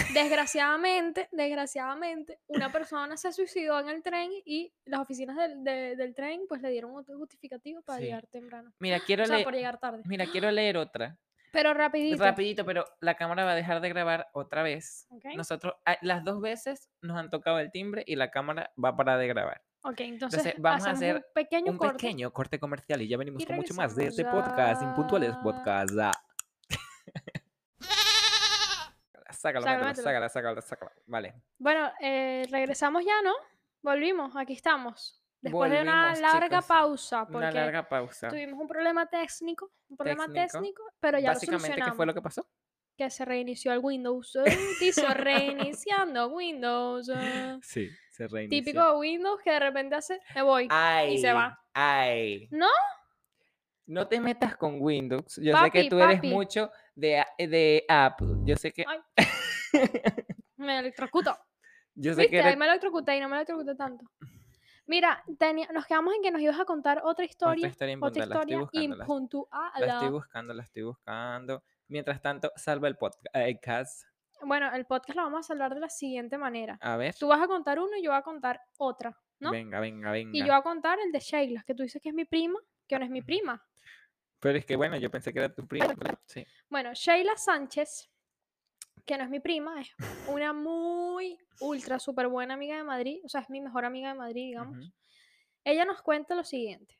Desgraciadamente, desgraciadamente, una persona se suicidó en el tren y las oficinas del, de- del tren pues le dieron un justificativo para
Sí.
llegar temprano.
Mira, quiero
o sea,
leer-
por llegar tarde.
Mira, quiero leer otra.
Pero rapidito.
Rapidito, pero la cámara va a dejar de grabar otra vez.
¿ok?
Nosotros, ah, las dos veces nos han tocado el timbre y la cámara va a parar de grabar.
ok, entonces,
vamos a
hacemos
hacer
un pequeño
Un
corte.
pequeño corte comercial y ya venimos
Y
con mucho más de este
regresamos
podcast, Impuntuales
ya.
Podcast. ah. Sácalo,
Sácalo,
mételo,
mételo.
sácala, sácala, sácala. Vale.
Bueno, eh, regresamos ya, ¿no? Volvimos, aquí estamos. Después de una
Volvimos,
larga
chicos.
pausa, porque
Una larga pausa.
tuvimos un problema técnico, un problema
Técnico.
técnico, pero ya lo
Básicamente, ¿qué
solucionamos.
fue lo que pasó?
que se reinició el Windows. eh, Dice reiniciando Windows. eh".
Sí, se reinició.
Típico Windows que de repente hace, me voy.
Ay,
y se va.
Ay.
¿No?
No te metas con Windows. Yo sé
Papi,
que tú
papi.
eres mucho de, a- de Apple. Yo sé que.
Ay. Me electrocuto.
Yo sé que
¿Viste?
eres
Ahí me electrocuté y no me electrocuté tanto. Mira, tenía- nos quedamos en que nos ibas a contar otra historia.
historia
Otra
impuntual, la estoy
historia
buscando, la- La estoy
impuntual.
buscando, la estoy buscando. Mientras tanto, salva el eh, podcast.
Bueno, el podcast lo vamos a salvar de la siguiente manera.
A ver.
Tú vas a contar uno y yo voy a contar otra, ¿no?
Venga, venga, venga.
Y yo voy a contar el de Sheila, que tú dices que es mi prima, que no es mi prima.
Pero es que bueno, yo pensé que era tu primo. Sí.
Bueno, Sheila Sánchez, que no es mi prima, es una muy ultra, súper buena amiga de Madrid, o sea, es mi mejor amiga de Madrid, digamos.
Ujú.
Ella nos cuenta lo siguiente.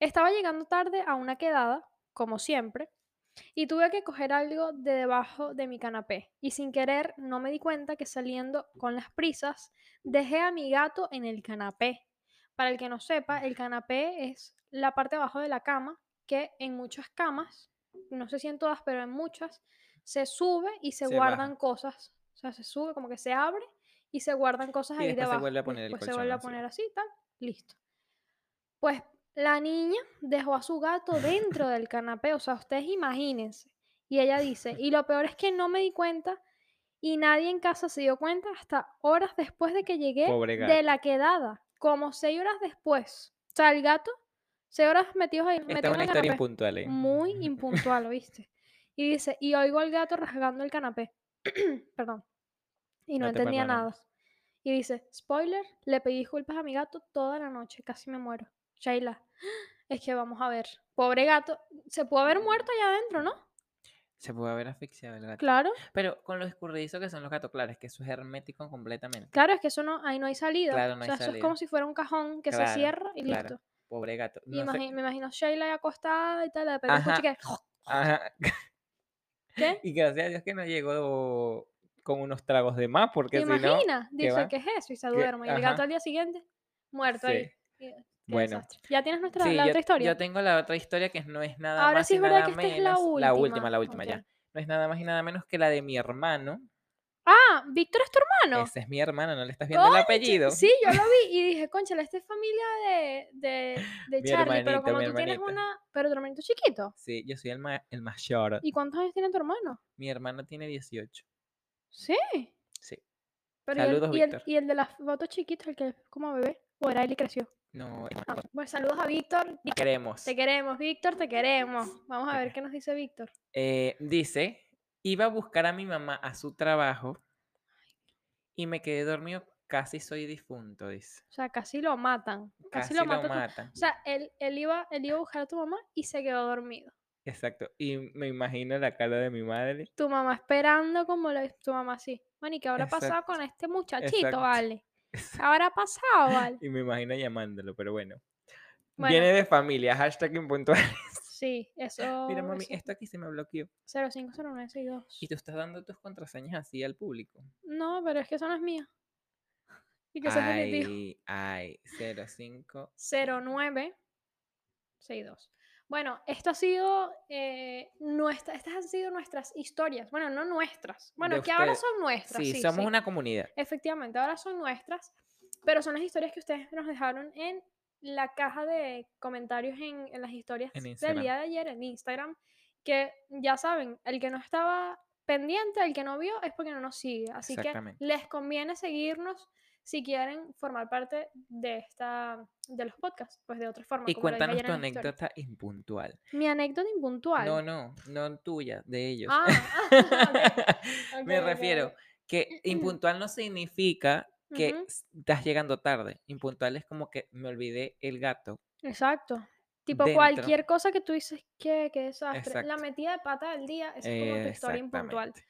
Estaba llegando tarde a una quedada, como siempre, y tuve que coger algo de debajo de mi canapé. Y sin querer, no me di cuenta que saliendo con las prisas, dejé a mi gato en el canapé. Para el que no sepa, el canapé es la parte de abajo de la cama que en muchas camas, no sé si en todas, pero en muchas, se sube y se,
Se baja.
guardan cosas. O sea, se sube, como que se abre y se guardan cosas
Y
ahí
después se
debajo.
vuelve a poner el
Después se
colchón
vuelve a
así.
poner así, tal, listo. Pues la niña dejó a su gato dentro del canapé, o sea, ustedes imagínense. Y ella dice, y lo peor es que no me di cuenta y nadie en casa se dio cuenta hasta horas después de que llegué
Pobre
de
gato.
la quedada, como seis horas después. O sea, el gato, seis horas metidos ahí,
Esta es
metido en
una
el
historia
canapé.
impuntual. ¿eh?
Muy impuntual, ¿oíste? Y dice, y oigo al gato rasgando el canapé. Perdón. Y no,
No te
entendía
perdonamos.
nada. Y dice, spoiler, le pedí disculpas a mi gato toda la noche, casi me muero. Shaila, es que vamos a ver. Pobre gato, se pudo haber muerto allá adentro, ¿no?
Se puede haber asfixiado el gato.
Claro,
Pero con lo escurridizo que son los gatos, claro, es que eso es hermético completamente.
claro, es que eso no, ahí no hay salida.
Claro, no
o
hay
sea, eso es
salida.
como si fuera un cajón que
Claro,
se cierra y
claro.
listo.
Pobre gato.
Y
No sé-
imagi- me imagino Shaila ahí acostada y tal, de repente escucha que,
Ajá.
¿qué?
Y gracias a Dios que no llegó con unos tragos de más, porque
¿Te
si no.
imaginas? Dice,
va?
¿qué es eso? Y se duerme. Y el gato
ajá.
al día siguiente, muerto ahí.
Sí.
Y- qué
Bueno.
desastre. Ya tienes nuestra
Sí,
la
yo,
otra historia.
yo tengo la otra historia que no es nada
Ahora
más
sí
y
es verdad
nada
que esta es la
menos-
última.
La última, la última
Ok.
ya. No es nada más y nada menos que la de mi hermano.
Ah, Víctor es tu hermano.
Ese es mi hermano, ¿no le estás viendo el apellido?
Sí, yo lo vi y dije, concha, esta es familia de, de, de
Mi
Charlie, pero
hermanito,
como
mi
tú tienes
hermanito.
una, pero tu hermanito es chiquito.
Sí, yo soy el, ma- el mayor.
¿Y cuántos años tiene tu hermano?
Mi hermano tiene 18.
Sí.
Sí.
Pero y el-
Saludos,
y, el,
Víctor.
y el de las fotos chiquitas, el que es como bebé, o era él y creció.
No,
Ah, pues saludos a Víctor.
queremos.
Te queremos, Víctor, te queremos. Vamos a
Te
ver qué nos dice Víctor.
Eh, dice, iba a buscar a mi mamá a su trabajo y me quedé dormido, casi soy difunto, dice.
O sea, casi lo matan. Casi,
Casi
lo mata. tu-
matan.
O sea, él, él, iba, él iba a buscar a tu mamá y se quedó dormido.
Exacto. Y me imagino la cara de mi madre.
Tu mamá esperando como lo, tu mamá así. Bueno, ¿y qué habrá pasado con este muchachito,
exacto.
vale? Ahora ha pasado, ¿vale?
Y me imagino llamándolo, pero bueno.
Bueno.
Viene de familia, hashtag impuntual.
Sí, eso.
Mira, mami,
eso,
esto aquí se me bloqueó.
050962.
Y tú estás dando tus contraseñas así al público.
No, pero es que eso no es mío. Y que eso es definitivo.
Ay, ay, 05.
0962. Bueno, esto ha sido. eh, nuestra, estas han sido nuestras historias. Bueno, no nuestras. Bueno,
De
que ahora
ustedes.
son nuestras.
Sí, somos una comunidad.
Efectivamente, ahora son nuestras, pero son las historias que ustedes nos dejaron en la caja de comentarios en, en las historias
En
del día de ayer en Instagram, que ya saben, el que no estaba pendiente, el que no vio, es porque no nos sigue. Así que
Exactamente.
les conviene seguirnos si quieren formar parte de esta de los podcasts, pues de otra forma.
Y
como lo dije
cuéntanos
ayer
tu
en la historia.
anécdota impuntual.
Mi anécdota impuntual.
No, no, no tuya, de ellos.
Ah, ok,
Me
ok, ok.
refiero que impuntual no significa que
Ujú.
s- estás llegando tarde. Impuntual es como que me olvidé el gato.
Exacto. Tipo
dentro.
cualquier cosa que tú dices que, que desastre. La
Exacto.
metida de pata del día, esa es como tu historia impuntual.
Exactamente,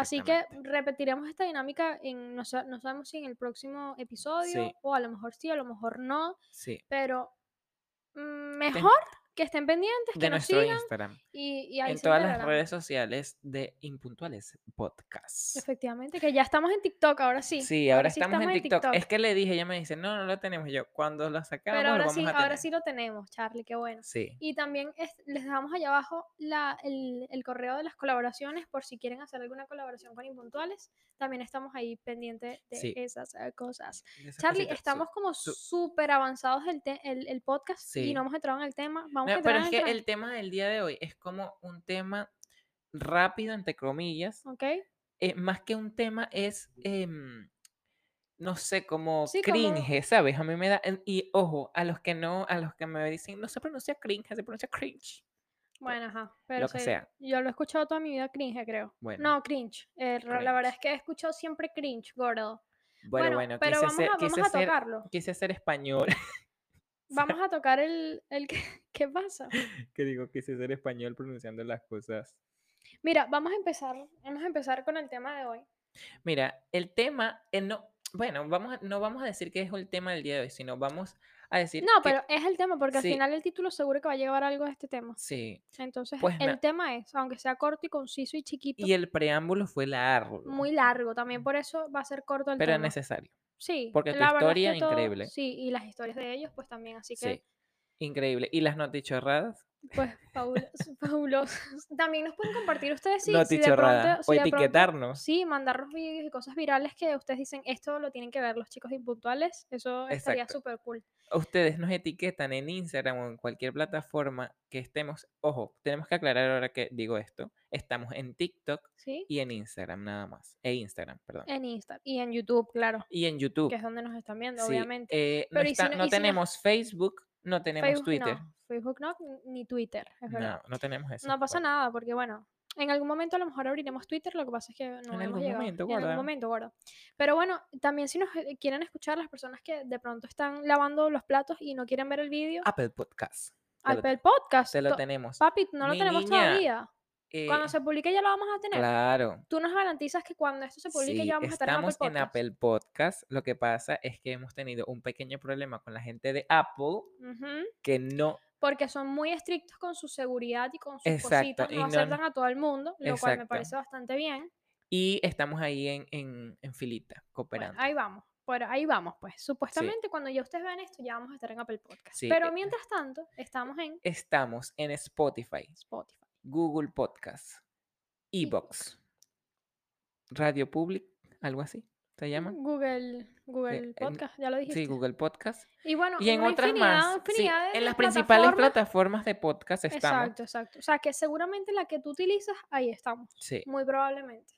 Así que
exactamente.
repetiremos esta dinámica en, no, sa- no sabemos si en el próximo episodio,
Sí.
o a lo mejor sí, a lo mejor no,
Sí.
pero mm, mejor que estén pendientes, que
De
nos
nuestro
sigan
Instagram.
y, y ahí
En
se
todas las
enterarán.
redes sociales de Impuntuales Podcast.
Efectivamente, que ya estamos en TikTok, ahora sí.
Sí, ahora,
sí
estamos, en TikTok. Es que le dije, ella me dice, no, no lo tenemos yo. Cuando lo sacamos,
pero
lo
ahora
vamos
sí,
a tener.
ahora sí lo tenemos, Charlie, qué bueno.
Sí.
Y también es- les dejamos allá abajo la, el, el correo de las colaboraciones por si quieren hacer alguna colaboración con Impuntuales. También estamos ahí pendientes de
Sí.
esas eh, cosas.
de esas
Charlie,
cositas, sí.
estamos como
su-
súper avanzados del te- el, el podcast y
Sí.
no hemos entrado en el tema. Vamos a
No,
entrar
pero es
en
que
el
el tema del día de hoy es como un tema rápido, entre comillas.
tema, ¿ok?
eh, más que un tema es, em, no sé, como
Sí, como-
cringe, ¿sabes? A mí me da... en- Y ojo, a los que no, a los que me dicen, no se pronuncia cringe, se pronuncia cringe.
Bueno, ajá. Pero
lo que
sí,
sea.
Yo lo he escuchado toda mi vida cringe, creo.
Bueno.
No, cringe. Eh, ra- La verdad
Cringe.
es que he escuchado siempre cringe, gordo.
Bueno, bueno,
pero
quise,
vamos,
hacer,
a, vamos
quise,
a
hacer,
tocarlo.
quise hacer español.
Vamos a tocar el... el que- ¿Qué pasa?
que digo, quise ser español pronunciando las cosas.
Mira, vamos a empezar, vamos a empezar con el tema de hoy.
Mira, el tema, eh, no, bueno, vamos a- no vamos a decir que es el tema del día de hoy, sino vamos a decir
No,
que-
pero es el tema, porque
sí.
al final el título seguro que va a llevar algo de este tema.
sí,
Entonces,
Pues
el
na-
tema es, aunque sea corto y conciso y chiquito,
y e el preámbulo fue largo,
muy largo, también por eso va a ser corto el
pero
tema.
necesario.
Sí,
porque tu
la verdad es que
historia,
todo-
increíble.
Sí, y las historias de ellos, pues también, así que,
Sí. Increíble. ¿Y las notichorradas?
pues, fabuloso. fabuloso. También nos pueden compartir ustedes si, si de
notichorradas.
pronto... si
o
de pronto-
etiquetarnos.
Sí, mandarnos vídeos y cosas virales que ustedes dicen, esto lo tienen que ver los chicos impuntuales, eso estaría
Exacto.
súper cool.
Ustedes nos etiquetan en Instagram o en cualquier plataforma que estemos. Ojo, tenemos que aclarar ahora que digo esto. Estamos en TikTok
¿Sí?
y en Instagram nada más. E Instagram, perdón.
En Instagram y en YouTube, claro,
Y en YouTube.
que es donde nos están viendo,
sí,
obviamente.
eh, no,
Pero ¿y si
está-
no-
no
y si no-
tenemos Facebook, no tenemos
Facebook
Twitter.
no, Facebook no, ni Twitter, es
No,
verdad.
no, tenemos eso.
No, pasa
bueno.
nada, porque bueno, en algún momento a lo mejor abriremos Twitter, lo que pasa es que no hemos
algún
llegado.
momento,
en algún
gorda.
momento, gordo. Pero bueno, también si nos eh, quieren escuchar las personas que de pronto están lavando los platos y no quieren ver el vídeo,
Apple Podcast. Ah, te lo
Apple
ten-
Podcast.
Se lo
to-
tenemos.
Papi, no lo
Mi
tenemos
niña,
todavía. Cuando
Eh,
se publique ya lo vamos a tener.
Claro.
Tú nos garantizas que cuando esto se publique
sí,
ya vamos a estar en Apple
estamos
Podcast.
en Apple Podcast. Lo que pasa es que hemos tenido un pequeño problema con la gente de Apple
Ujú.
que no,
porque son muy estrictos con su seguridad y con sus
Exacto,
cositas,
y
no
no-
aceptan a todo el mundo, lo cual me
Exacto.
parece bastante bien.
y estamos ahí en, en, en filita,
Bueno,
cooperando.
pues ahí vamos, por ahí vamos pues. Supuestamente cuando ya ustedes vean esto ya vamos a estar en Apple Podcast.
Sí,
Pero
eh.
mientras tanto, estamos en
Estamos en Spotify,
Spotify.
Google Podcast, Evox, Radio Public, algo así se llama. Eh,
Google, Google
en-
Podcast, ya lo dijiste.
Sí, Google Podcast.
Y bueno,
Y en
una
otras
infinidad,
más. sí,
infinidad de
en las principales
plataformas.
plataformas de podcast estamos.
Exacto, exacto. O sea, que seguramente la que tú utilizas, ahí estamos,
Sí.
muy probablemente.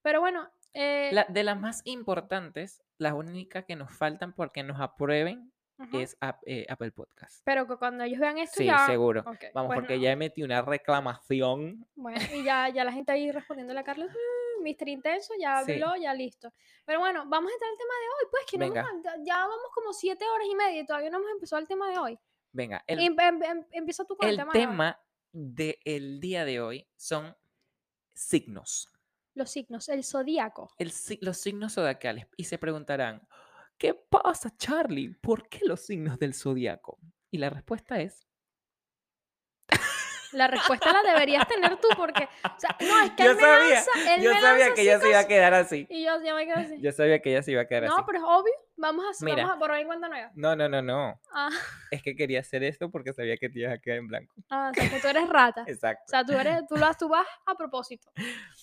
Pero bueno, eh,
La- de las más importantes, las únicas que nos faltan porque nos aprueben
ajá.
es Ap- eh, Apple Podcast.
pero que cuando ellos vean esto
Sí,
ya...
seguro.
Ok,
Vamos,
pues
porque
no.
ya emití una reclamación.
Bueno, y ya, ya la gente ahí respondiéndole a Carlos, "Mm, Mr. Intenso, ya
Sí.
habló, ya listo. Pero bueno, vamos a entrar al tema de hoy, pues que no hemos
Venga.
anda- ya vamos como siete horas y media y todavía no hemos empezado el tema de hoy.
Venga, el,
Em- em- em- empieza tú con el,
el
tema. de hoy.
tema del día de hoy son signos.
Los signos, el zodíaco.
el si- los signos zodiacales. Y se preguntarán, ¿Qué pasa, Charlie? ¿Por qué los signos del zodiaco? Y la respuesta es.
La respuesta la deberías tener tú porque, o sea, no, es que
Yo
él me
sabía,
lanza, él
Yo
me
sabía
lanza
que ella se iba a
citas
quedar así.
Y yo ya me quedo así.
Yo sabía que ella se iba a quedar
no,
así.
pero es obvio, vamos a, hacer-
Mira.
vamos a borrar en cuenta nueva.
No, no, no, no.
Ah,
Es que quería hacer esto porque sabía que te ibas a quedar en blanco.
ah, o sea, que tú eres rata. O
Exacto.
sea, tú, eres, tú, lo, tú vas a propósito.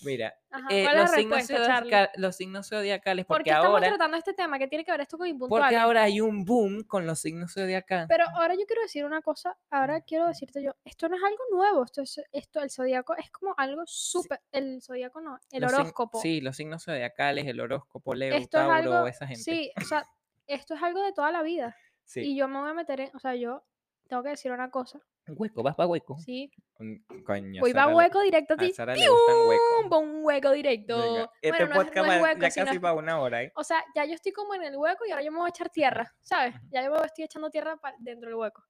Mira,
Ajá,
eh,
Ah, ¿Cuál es
los,
la
signos
respuesta, Charlie?
zodiaca- los signos zodiacales,
¿Por qué
porque
estamos
ahora,
tratando este tema? ¿Qué tiene que ver esto con
porque
impuntuales?
ahora hay un boom con los signos zodiacales.
Pero ahora yo quiero decir una cosa, ahora quiero decirte yo, esto no es algo nuevo, esto es, esto, el zodiaco es como algo súper, el zodiaco no, el
Los sign-
horóscopo.
Sí, los signos zodiacales, el horóscopo, Leo,
esto es
Tauro,
algo,
esa gente.
sí, o sea, esto es algo de toda la vida.
Sí.
Y yo me voy a meter en, o sea, yo tengo que decir una cosa,
Hueco, vas para hueco.
sí,
Mm, Coño.
voy va
Oh, Sara le-
hueco directo a
a
ti,
Sara le gustan
¡pium!
huecos.
pa' un hueco directo.
Venga, Este
Bueno, no es-
podcast
no es
va-
hueco,
ya
sino
casi
es-
va una hora, ¿eh?
O sea, ya yo estoy como en el hueco y ahora yo me voy a echar tierra, ¿sabes?
Ujú.
Ya yo me estoy echando tierra pa- dentro del hueco.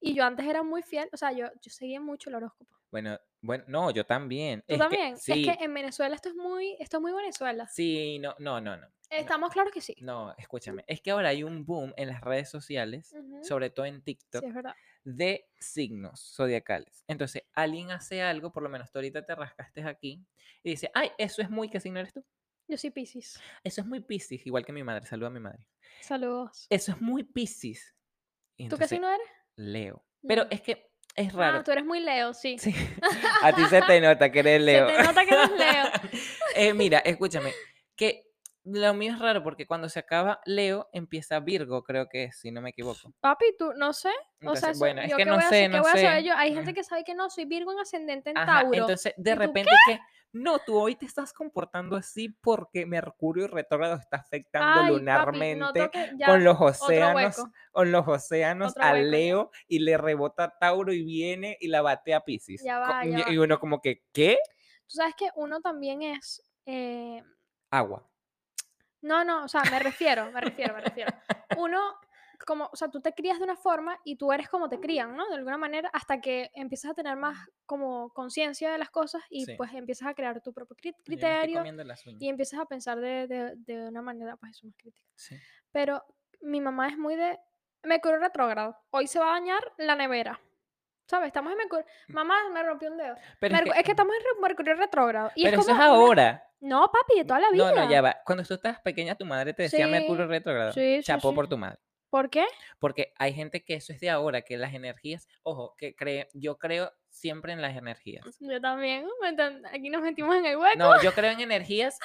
Y yo antes era muy fiel, o sea, yo, yo seguía mucho el horóscopo.
Bueno, bueno, no, yo también.
Tú
Es que-
también.
sí,
Es que en Venezuela esto es muy, esto es muy Venezuela.
sí, no, no, no, no.
Estamos claros que sí.
No, escúchame. Es que ahora hay un boom en las redes sociales,
Ujú.
sobre todo en TikTok,
Sí, es verdad.
de signos zodiacales. Entonces, alguien hace algo, por lo menos tú ahorita te rascaste aquí, y dice, ay, eso es muy, ¿qué signo eres tú?
Yo soy Pisces.
Eso es muy Piscis, igual que mi madre. Saluda a mi madre.
Saludos.
Eso es muy Piscis. Y
¿Tú qué
entonces,
signo eres?
Leo. Pero
Mm.
es que es
Ah,
raro.
tú eres muy Leo, sí.
Sí. A ti se te nota que eres Leo.
Se te nota que eres Leo.
Eh, mira, escúchame, que lo mío es raro porque cuando se acaba Leo empieza Virgo, creo que es, si no me equivoco.
Papi, tú, no sé. O sea,
Entonces,
eso-
bueno, es
yo
que
qué
no
voy a
sé,
hacer- ¿qué
no
voy a saber
sé.
yo? Hay
Mm.
gente que sabe que no, soy Virgo en ascendente en
Ajá,
Tauro.
entonces de
¿Y tú
repente que no, tú hoy te estás comportando así porque Mercurio retrógrado está afectando
Ay, papi, no
lunarmente
toques ya.
con los
otro
océanos,
hueco.
con los océanos
Otro
a
hueco ya.
Leo y le rebota a Tauro y viene y la batea a Piscis.
Ya
Co-
va, ya
y- Y
va.
uno como que, ¿qué?
Tú sabes que uno también es. eh,
Agua.
No, no, o sea, me refiero, me refiero, me refiero. Uno, como, o sea, tú te crías de una forma y tú eres como te crían, ¿no? De alguna manera, hasta que empiezas a tener más como conciencia de las cosas y
Sí.
pues empiezas a crear tu propio cri-
Yo me estoy
criterio
comiendo las uñas.
y empiezas a pensar de, de- de una manera, pues eso, más crítica.
Sí.
Pero mi mamá es muy de Mercurio retrógrado. Hoy se va a dañar la nevera. ¿Sabes? Estamos en Mercurio. Mamá, me rompió un dedo.
Pero
Mercu- es, que... estamos en re- Mercurio retrógrado. Y
Pero
es
eso
como
es
una-
ahora.
No, papi, de toda la vida.
No, no, ya va. Cuando tú estabas pequeña, tu madre te decía Mercurio
Sí,
retrogrado.
sí, sí,
Chapó
sí.
por tu madre.
¿Por qué?
Porque hay gente que eso es de ahora, que las energías, ojo, que cree, yo creo siempre en las energías.
Yo también. me enten- Aquí nos metimos en el hueco.
No, yo creo en energías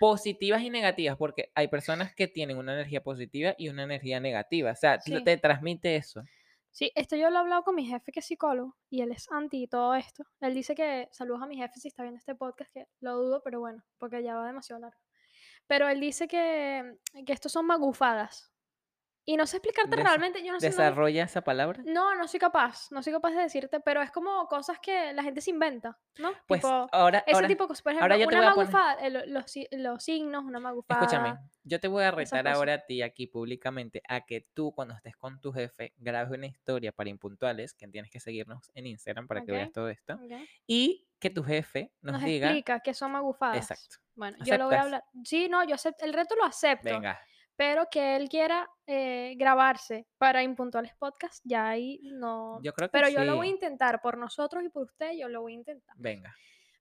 positivas y negativas, porque hay personas que tienen una energía positiva y una energía negativa. O sea, lo-
Sí.
te transmite eso.
Sí, esto yo lo he hablado con mi jefe que es psicólogo y él es anti todo esto. Él dice que saludos a mi jefe si está viendo este podcast, que lo dudo, pero bueno, porque ya va demasiado largo. Pero él dice que, que estos son magufadas. Y no sé explicarte
Desa-
realmente, yo no sé. no-
¿Desarrolla esa palabra?
No, no soy capaz, no soy capaz de decirte, pero es como cosas que la gente se inventa, ¿no?
Pues
Tipo,
ahora,
ese
ahora-
tipo de cosas, por
ahora
ejemplo,
yo te
una
voy a poner-
magufada, eh, lo- los, si- los signos, una magufada.
Escúchame, yo te voy a retar
cosas.
ahora a ti aquí públicamente a que tú cuando estés con tu jefe grabes una historia para impuntuales, que tienes que seguirnos en Instagram para que veas
Ok.
todo esto,
¿ok?
y que tu jefe nos,
nos,
diga,
explica que son magufadas.
exacto,
Bueno, yo lo voy a
¿Aceptas?
hablar. Sí, no, yo acepto, el reto lo acepto,
venga,
pero que él quiera eh, grabarse para Impuntuales Podcast, ya ahí no.
yo creo que
pero yo lo voy a
sí,
intentar por nosotros y por usted, yo lo voy a intentar.
venga.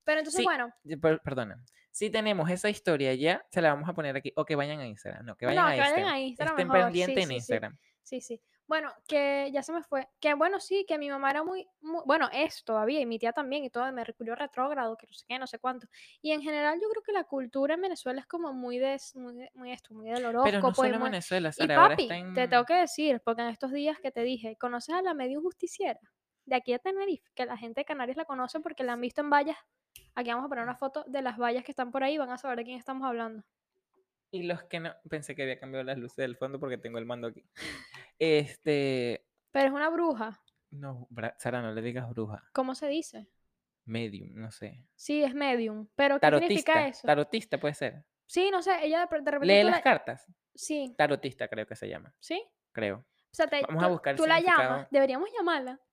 Pero entonces,
Sí,
bueno,
y per- perdona, si tenemos esa historia ya, se la vamos a poner aquí, o que vayan a Instagram, no, que vayan,
No,
a,
que vayan
Instagram.
a Instagram
estén
mejor, sí,
pendientes en
sí, sí.
Instagram,
sí, sí. Bueno, que ya se me fue. Que bueno, sí, que mi mamá era muy, muy- bueno, es todavía, y mi tía también, y todo de Mercurio retrógrado, que no sé qué, no sé cuánto. Y en general, yo creo que la cultura en Venezuela es como muy de, muy, de- muy esto, muy del horóscopo.
pero no
y
solo en
muy-
Venezuela,
Y
Sara, ahora
papi,
está
te tengo
en-
que decir, porque en estos días que te dije, conoces a la medio justiciera de aquí a Tenerife, que la gente de Canarias la conoce porque la han visto en vallas. Aquí vamos a poner una foto de las vallas que están por ahí, van a saber de quién estamos hablando.
Y los que no, pensé que había cambiado las luces del fondo porque tengo el mando aquí. Este,
Pero es una bruja,
no, bra- Sara, no le digas bruja,
¿cómo se dice?
medium, no sé.
Sí, es medium, pero ¿qué significa
Tarotista,
eso?
tarotista puede ser.
Sí, no sé, ella de, pr- de repente
Lee
tú
las
la...
cartas,
Sí,
tarotista creo que se llama,
sí.
creo.
O sea, te-
Vamos
tú,
a buscar el
tú la
significado.
llamas, deberíamos llamarla.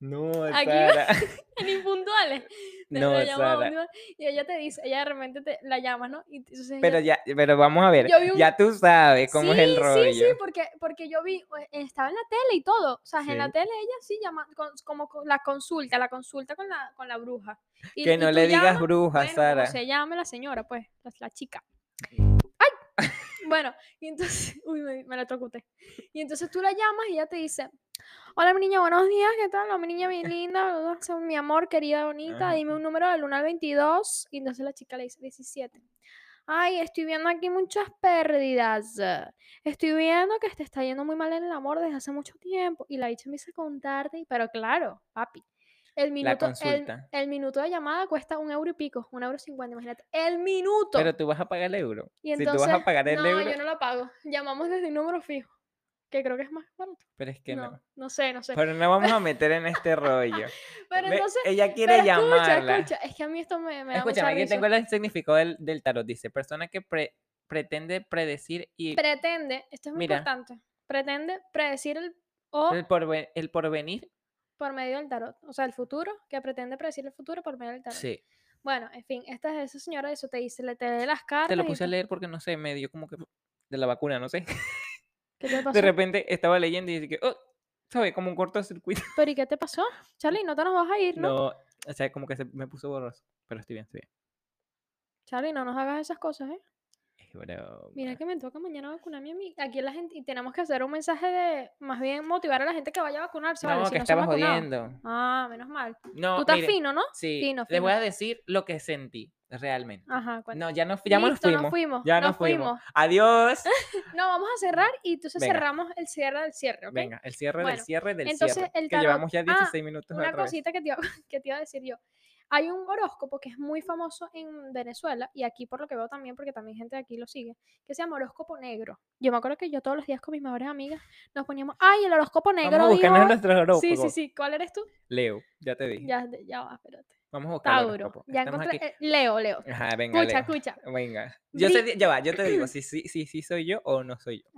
No,
Aquí
Sara.
en impuntuales. Te
No,
lo llama
Sara.
uno Y ella te dice, ella de repente te, la llama, ¿no? Y entonces
Pero
ella-
ya, pero vamos a ver.
Yo vi un-
Ya tú sabes cómo es el
Sí,
rollo.
Sí, sí, porque, porque yo vi, eh, estaba en la tele y todo. O sea, en la
Sí.
tele ella sí llama, con- como con la consulta, la consulta con la, con la bruja. Y-
que
y
no
tú
le digas
llamas,
bruja,
bueno, como
Sara.
se llame la señora, pues, la, la chica. ¡Ay! Bueno, y entonces, uy, me, me la trocuté. Y entonces tú la llamas y ella te dice, hola mi niña, buenos días, ¿qué tal? Hola mi niña, mi linda, bla, bla, bla, mi amor, querida, bonita,
Ajá.
dime un número del 1 al 22. Y entonces la chica le dice 17. Ay, estoy viendo aquí muchas pérdidas. Estoy viendo que te está yendo muy mal en el amor desde hace mucho tiempo. Y la dicha empieza a contarte, y- pero claro, papi. El minuto, el-
consulta.
El, minuto de llamada cuesta un euro y pico, un euro cincuenta, imagínate. El minuto.
Pero tú vas a pagar el euro.
y
si tú vas a pagar el
no,
euro,
yo no lo pago. Llamamos desde un número fijo, que creo que es más barato.
pero es que no.
no, sé, no sé.
Pero no vamos a meter en este rollo.
Pero
Ve,
entonces,
ella quiere
pero escucha,
llamarla.
escucha, es que a mí esto me, me da mucha
Escúchame, aquí
risa.
tengo el significado del, del tarot. Dice, persona que pre- pretende predecir y
Pretende, esto es muy
Mira.
importante, pretende predecir el o
el, porve- el porvenir.
por medio del tarot, o sea, el futuro, que pretende predecir el futuro por medio del tarot.
Sí.
Bueno, en fin, esta es esa señora, eso te dice, le te lee las cartas.
Te lo
y
puse a
tú-
leer porque no sé, me dio como que de la vacuna, no sé.
¿Qué te pasó?
De repente estaba leyendo y dije, que, oh, ¿sabes? Como un cortocircuito.
Pero ¿y qué te pasó? Charlie, no te nos vas a ir, ¿no?
No, o sea, como que se me puso borroso. Pero estoy bien, estoy bien.
Charlie, no nos hagas esas cosas, ¿eh?
Es broma.
Mira que me toca mañana vacunarme a mí. Aquí la gente, y tenemos que hacer un mensaje de, más bien, motivar a la gente que vaya a vacunarse,
No,
¿vale? Si
que
no se ha
estaba
vacunado.
jodiendo.
Ah, menos mal.
No,
Tú estás
mire,
fino, ¿no?
Sí,
fino,
les voy
fino.
a decir lo que sentí realmente.
Ajá, cuenta.
No, ya, no, ya nos
Listo,
fuimos.
nos fuimos.
Ya nos,
nos
fuimos. Adiós.
No, vamos a cerrar y entonces
Venga.
cerramos el cierre del cierre, ¿ok?
Venga, el cierre
Bueno,
del cierre del
entonces,
cierre.
el
que
tarot.
llevamos ya
Ah,
16 minutos
una
otra vez.
cosita que te, iba, que te iba a decir yo. Hay un horóscopo que es muy famoso en Venezuela y aquí por lo que veo también, porque también gente de aquí lo sigue, que se llama horóscopo negro. Yo me acuerdo que yo todos los días con mis mejores amigas nos poníamos, ay, el horóscopo negro.
Vamos a buscarnos
dijo-".
nuestros horóscopos.
Sí, sí, sí. ¿Cuál eres tú?
Leo, ya te dije.
Ya, ya va, espérate.
Vamos a buscar el
Tauro.
horóscopo.
Ya
Estamos
encontré.
aquí.
eh, Leo, Leo.
Ajá, venga,
Escucha,
Leo.
escucha.
Venga. Yo, sé, ya va, yo te digo si sí si, si soy yo o no soy yo.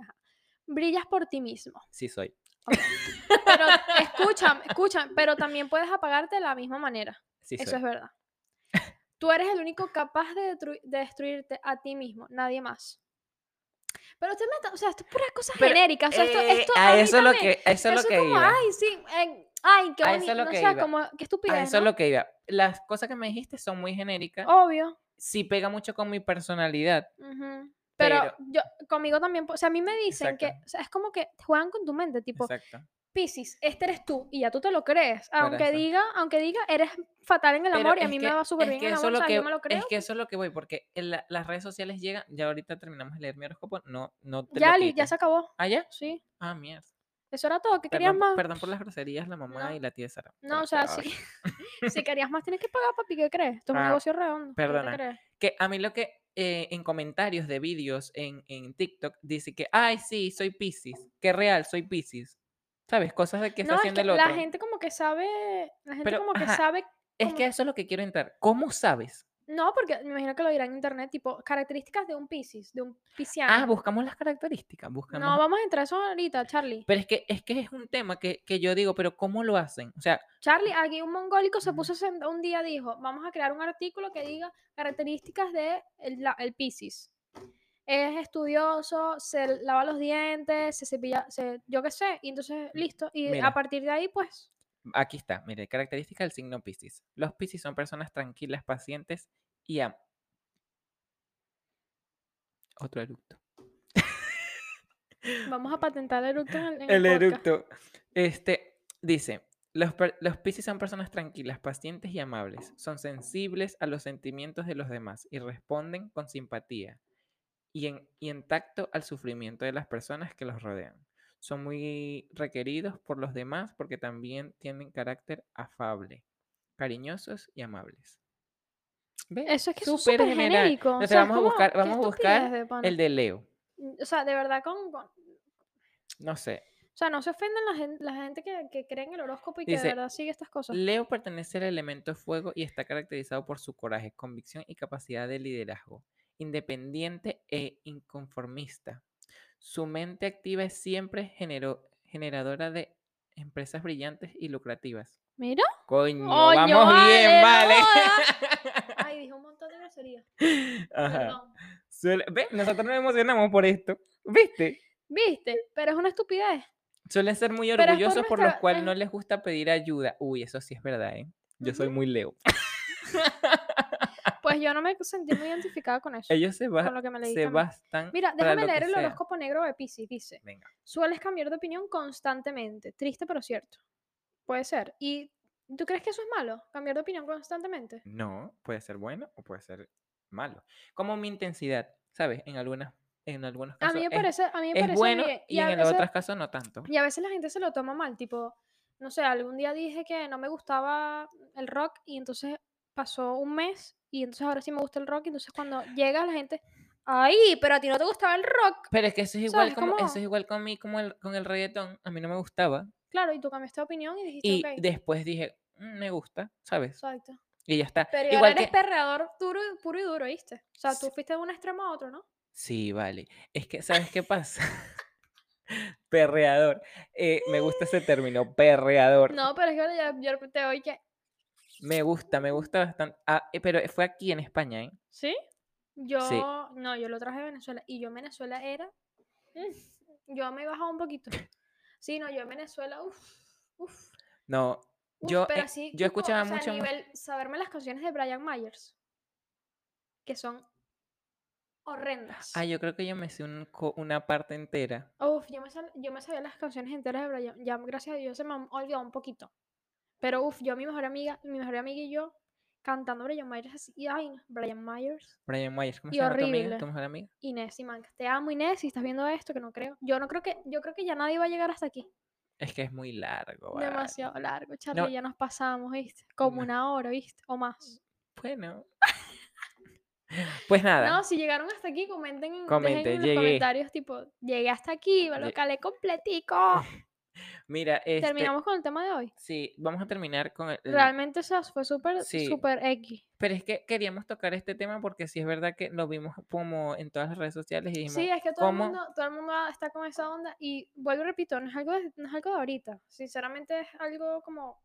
Brillas por ti mismo.
Sí soy.
Pero escúchame, escúchame, pero también puedes apagarte de la misma manera.
Sí soy.
Eso es verdad. Tú eres el único capaz de, detru- de destruirte a ti mismo, nadie más. Pero usted me está, o sea, esto es pura cosa
Pero,
genérica. O sea, esto,
Eh,
esto
a
mí
eso es lo
también.
que, a eso es lo que
como,
iba.
ay, sí, eh, ay, qué
A eso
bonito.
es lo
no
que
sea,
iba.
como, qué
a
estupidez,
eso es
¿no?
lo que iba. Las cosas que me dijiste son muy genéricas.
Obvio.
Sí pega mucho con mi personalidad.
ujú. Pero,
Pero-
yo, conmigo también, po- o sea, a mí me dicen que,
Exacto.
o sea, es como que juegan con tu mente, tipo,
Exacto.
Piscis, este eres tú y ya tú te lo crees, aunque
eso.
diga, aunque diga, eres fatal en el
Pero
amor y a
es
mí
que-
me va súper
es
bien
que
en el
eso
amor,
lo
o sea,
que-
yo me lo creo.
Es que eso es lo que voy, porque en la- las redes sociales llegan, ya ahorita terminamos de leer mi horóscopo, no, no te
ya,
lo
Li, ya
quito.
se acabó,
¿Ah, ya?
sí.
Ah, mierda.
Eso era todo, ¿qué querías
Perdón,
más?
perdón por las groserías, la mamá
No.
y la tía de Sara.
No,
pero-
o sea,
pero-
sí. si querías más tienes que pagar, papi, ¿qué crees? Esto es un
Ah,
negocio redondo. ¿qué te
perdona.
crees?
Que a mí lo que eh, en comentarios de vídeos en, en TikTok dice que, ay, sí, soy Pisces. Qué real, soy Pisces. ¿Sabes? Cosas de que está
No, es
haciendo
que
el otro.
la gente como que sabe, la gente
Pero,
como que
ajá,
sabe,
Es
como-
que eso es lo que quiero entrar. ¿Cómo sabes?
no, porque me imagino que lo dirán en internet, tipo, características de un Piscis, de un pisciano.
Ah, buscamos las características, buscamos
no, vamos a entrar a eso ahorita, Charlie.
Pero es que, es que es un tema que, que yo digo, pero ¿cómo lo hacen? O sea,
Charlie, aquí un mongólico se
Mm.
puso sen- un día, dijo, vamos a crear un artículo que diga características de el, la- el Piscis. Es estudioso, se lava los dientes, se cepilla, se- yo qué sé, y entonces listo. Y a
Mira.
partir de ahí, pues,
aquí está, mire, característica del signo Piscis. Los Piscis son personas tranquilas, pacientes y am- Otro eructo.
vamos a patentar el eructo en el, en
El
podcast.
eructo. Este, dice, los, per- los Piscis son personas tranquilas, pacientes y amables. Son sensibles a los sentimientos de los demás y responden con simpatía y en, y en tacto al sufrimiento de las personas que los rodean. Son muy requeridos por los demás porque también tienen carácter afable, cariñosos y amables. ¿Ve?
Eso es que es
Súper
súper genérico. o
Entonces
sea, es
vamos a
como,
buscar,
qué
vamos a buscar
estupidez de pana.
el de Leo.
O sea, de verdad, con, con-
No sé.
o sea, no se ofenden la gente, la gente que, que cree en el horóscopo y que
Dice,
de verdad sigue estas cosas.
Leo pertenece al elemento fuego y está caracterizado por su coraje, convicción y capacidad de liderazgo, independiente e inconformista. Su mente activa es siempre genero- generadora de empresas brillantes y lucrativas.
Mira.
Coño,
Coño,
vamos bien,
vale,
vale.
joda. Ay, dije un montón de groserías.
Ajá.
Perdón.
Suele- ¿Ves? Nosotros nos emocionamos por esto. ¿Viste?
¿Viste? Pero es una estupidez.
Suelen ser muy
Pero es por
orgullosos por, los
nuestra- eh.
cuales
es-
no les gusta pedir ayuda. Uy, eso sí es verdad, ¿eh? Yo soy
Ujú.
muy leo.
Pues yo no me sentí muy identificada con eso.
Ellos se,
con
va,
lo que me leíste.
se
a mí.
bastan.
Mira,
para
déjame
lo que
leer el
sea.
horóscopo negro de Pisces. Dice.
Venga.
Sueles cambiar de opinión constantemente. Triste, pero cierto. Puede ser. ¿Y tú crees que eso es malo? Cambiar de opinión constantemente.
No, puede ser bueno o puede ser malo. Como mi intensidad, ¿sabes? En algunas, en algunos
A
casos.
mí me
es-
parece, a mí me
es
parece
bueno
bien.
y,
a
en
veces-
otros casos no tanto.
y a veces la gente se lo toma mal. Tipo, no sé, algún día dije que no me gustaba el rock y entonces pasó un mes y entonces ahora sí me gusta el rock. Y entonces cuando llega la gente, ¡ay! Pero a ti no te gustaba el rock.
Pero es que eso es
¿Sabes?
igual, como, eso
Como-
es igual con mí, como el, con el reggaetón. A mí no me gustaba.
Claro, y tú cambiaste de opinión y dijiste,
Y
ok.
después dije, "Mm, me gusta, ¿sabes?
Exacto.
Y ya está.
Pero
igual
igual eres
que...
perreador duro, y- puro y duro, ¿viste? O sea, tú
Sí.
fuiste de un extremo a otro, ¿no?
Sí, vale. Es que, ¿sabes qué pasa? perreador. Eh, me gusta ese término, perreador.
No, pero es que ahora ya, yo te oí que.
Me gusta, me gusta bastante. Ah, eh, pero fue aquí en España, ¿eh?
¿Sí? Yo. No, yo lo traje de Venezuela. Y yo en Venezuela era. mm, Yo me he bajado un poquito. Sí, no, yo en Venezuela. Uf, uf,
No,
uf,
yo,
pero
eh,
sí.
yo
tipo,
escuchaba
o sea, a
mucho... mu-
nivel saberme las canciones de Brian Myers. Que son horrendas.
Ah, yo creo que yo me sé un co- una parte entera.
Uf, yo me, sab- yo me sabía las canciones enteras de Brian. Ya, gracias a Dios, se me han olvidado un poquito. Pero uf, yo, mi mejor amiga, mi mejor amiga y yo cantando Brian Myers así. Y ay, no, Brian Myers.
Brian Myers, ¿cómo
Y
se llama tu amiga?
horrible.
¿Tu mejor amiga?
Inés y Manca. Te amo, Inés, si estás viendo esto, que no creo. Yo no creo que, yo creo que ya nadie va a llegar hasta aquí.
Es que es muy largo, vale.
Demasiado largo, Charlie, ya nos pasamos, ¿viste? Como
No.
una hora, ¿viste? O más.
Bueno. Pues nada.
No, si llegaron hasta aquí, comenten, en- dejen
Comenten,
en los
llegué.
comentarios, tipo, llegué hasta aquí, me lo
Lle-
calé completico.
Mira, este,
Terminamos con el tema de hoy.
Sí, vamos a terminar con el. el-
Realmente, o sea, fue súper,
Sí.
súper X.
Pero es que queríamos tocar este tema porque sí es verdad que lo vimos como en todas las redes sociales y dijimos.
Sí, es que todo el,
¿cómo?
mundo, todo el mundo está con esa onda y vuelvo y repito, no es, algo de, no es algo de ahorita, sinceramente es algo como...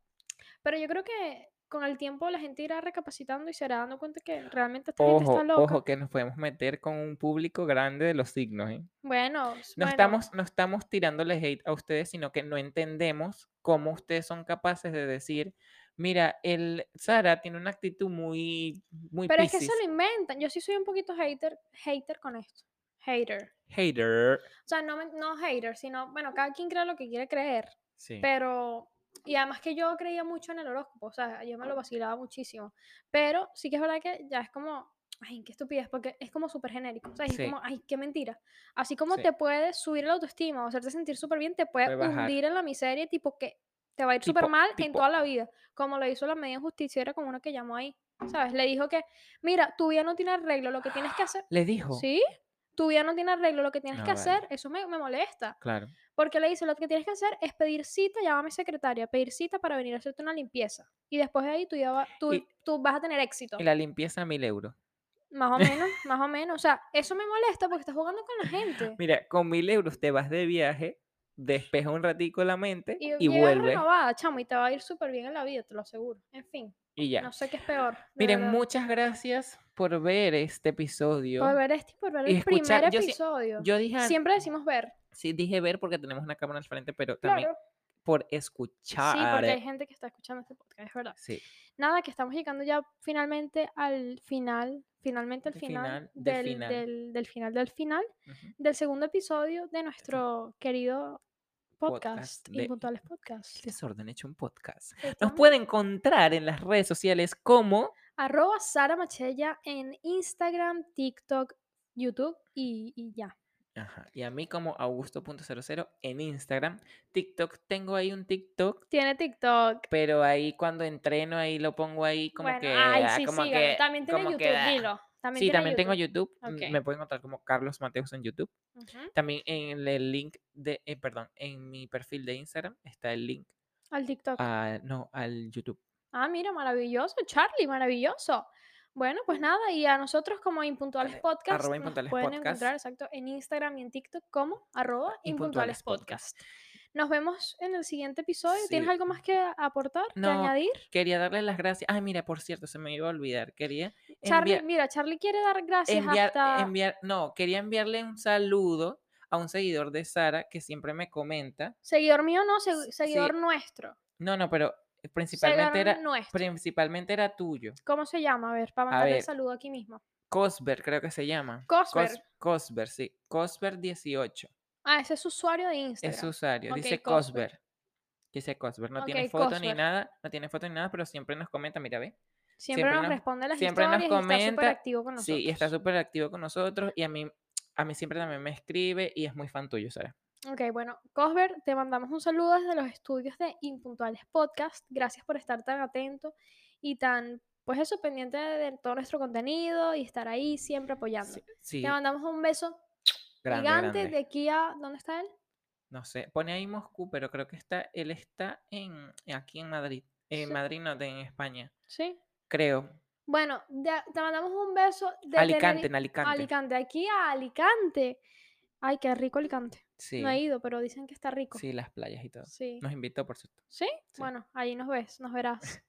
Pero yo creo que con el tiempo la gente irá recapacitando y se irá dando cuenta que realmente esta gente
Ojo,
está loca.
ojo, que nos podemos meter con un público grande de los signos. ¿eh?
Bueno, s-
No,
bueno,
estamos, no estamos tirándole hate a ustedes, sino que no entendemos cómo ustedes son capaces de decir: Mira, el Sara tiene una actitud muy. muy
Pero es que se
Piscis,
lo inventan, yo sí soy un poquito hater, hater con esto, hater.
Hater.
O sea, no, me- no hater, sino, bueno, cada quien crea lo que quiere creer,
Sí.
pero... Y además que yo creía mucho en el horóscopo, o sea, yo me lo vacilaba muchísimo. Pero sí que es verdad que ya es como, ay, qué estupidez, porque es como súper genérico, o sea, es
Sí.
como, ay, qué mentira. Así como
Sí.
te puede subir la autoestima o hacerte sentir súper bien, te puede
Puede bajar.
hundir en la miseria, tipo que te va a ir súper
Tipo-
mal en
tipo-
toda la vida, como lo hizo la media justiciera con uno que llamó ahí, ¿sabes? Le dijo que, mira, tu vida no tiene arreglo, lo que tienes que hacer,
Le dijo.
¿sí? Tu vida no tiene arreglo, lo que tienes
No,
que
vale.
hacer, eso me, me molesta.
Claro.
Porque le dice, lo que tienes que hacer es pedir cita, llama a mi secretaria, pedir cita para venir a hacerte una limpieza. Y después de ahí tú, ya va- tú,
Y-
tú vas a tener éxito.
Y la limpieza, mil euros.
Más o menos, más o menos. O sea, eso me molesta porque estás jugando con la gente.
Mira, con mil euros te vas de viaje, despeja un ratico la mente
Y,
y
llegas
vuelves
renovada, chamo, y te va a ir súper bien en la vida, te lo aseguro. En fin,
y ya.
no sé qué es peor. de
Miren,
verdad.
muchas gracias por ver este episodio.
Por ver este, por ver
y
el
escuchar,
primer
yo sí-
episodio.
Yo dije, an-
Siempre decimos ver,
sí dije ver porque tenemos una cámara al frente, pero también
claro.
por
Sí, porque hay
escuchar.
gente que está escuchando este podcast, es verdad.
Sí,
nada, que estamos llegando ya finalmente al final, finalmente al
Al
final,
final del
del,
final.
del- del final del final
ujú.
del segundo episodio de nuestro querido podcast,
Podcast de
Impuntuales Podcast.
Desorden hecho un podcast. Nos
Estamos-
pueden encontrar en las redes sociales como
Arroba Sara Machella en Instagram, TikTok, YouTube y, y ya.
ajá, y a mí como Augusto.00 en Instagram, TikTok. Tengo ahí un TikTok
Tiene TikTok.
pero ahí cuando entreno ahí lo pongo ahí como
bueno,
que
ay,
ah,
sí,
como
síganlo.
que
También tiene
como
YouTube,
que, ah.
dilo. También
sí
tiene
también tengo YouTube mm,
Ok.
me pueden encontrar como Carlos Mateos en YouTube
Ujú.
también en el- el link de eh, perdón en mi perfil de Instagram está el link
Al TikTok.
a no al YouTube
Ah, mira, maravilloso, Charlie, maravilloso. Bueno, pues nada, y a nosotros como Impuntuales
Dale,
Podcast,
arroba
nos
Impuntuales
pueden
Podcast. Ah,
encontrar exacto en Instagram y en TikTok como arroba
Impuntuales
Impuntuales Oh, Podcast. Nos vemos en el siguiente episodio. ¿Tienes
Sí.
algo más que aportar, que
No,
añadir?
Quería darle las gracias. Ah, mira, por cierto, se me iba a olvidar. Quería
Charlie,
enviar,
mira, Charlie quiere dar gracias
enviar-
hasta...
enviar- no, quería enviarle un saludo a un seguidor de Sara que siempre me comenta.
Seguidor mío no, segu-
Sí.
seguidor nuestro.
No, no, pero eh, principalmente
Seguidor
era,
nuestro.
principalmente era tuyo.
¿Cómo se llama? A ver, para mandarle el
ver.
saludo aquí mismo.
Cosber, creo que se llama. Cos-
Cosber.
Cosber, sí. Cosber18
Ah, ese es su usuario de Instagram.
es su usuario.
Ok,
Dice
Cosber.
Cosber. Dice Cosber. No
Ok,
tiene foto ni
Cosber.
nada. No tiene foto ni nada, pero siempre nos comenta. Mira, ve.
Siempre,
siempre
nos,
nos-
responde las
siempre nos
historias y está súper
comenta,
activo con nosotros.
Sí, y está súper activo con nosotros. Y a mí, a mí siempre también me escribe y es muy fan tuyo, Sara.
Ok, bueno, Cosber, te mandamos un saludo desde los estudios de Impuntuales Podcast. Gracias por estar tan atento y tan, pues eso, pendiente de, de todo nuestro contenido y estar ahí siempre apoyando.
Sí, sí,
Te mandamos un beso
grande,
gigante
grande.
de aquí a... ¿Dónde está él?
No sé, pone ahí Moscú, pero creo que está, él está en aquí en Madrid. En
Sí.
Madrid no, de- en España.
Sí.
Creo.
Bueno, de- te mandamos un beso de
Alicante,
Teneri-
en Alicante.
Alicante, aquí a Alicante. Ay, qué rico Alicante.
Sí.
No he ido, pero dicen que está rico.
Sí, las playas y todo.
Sí.
Nos invitó, por cierto.
¿Sí? Bueno, ahí nos ves, nos verás.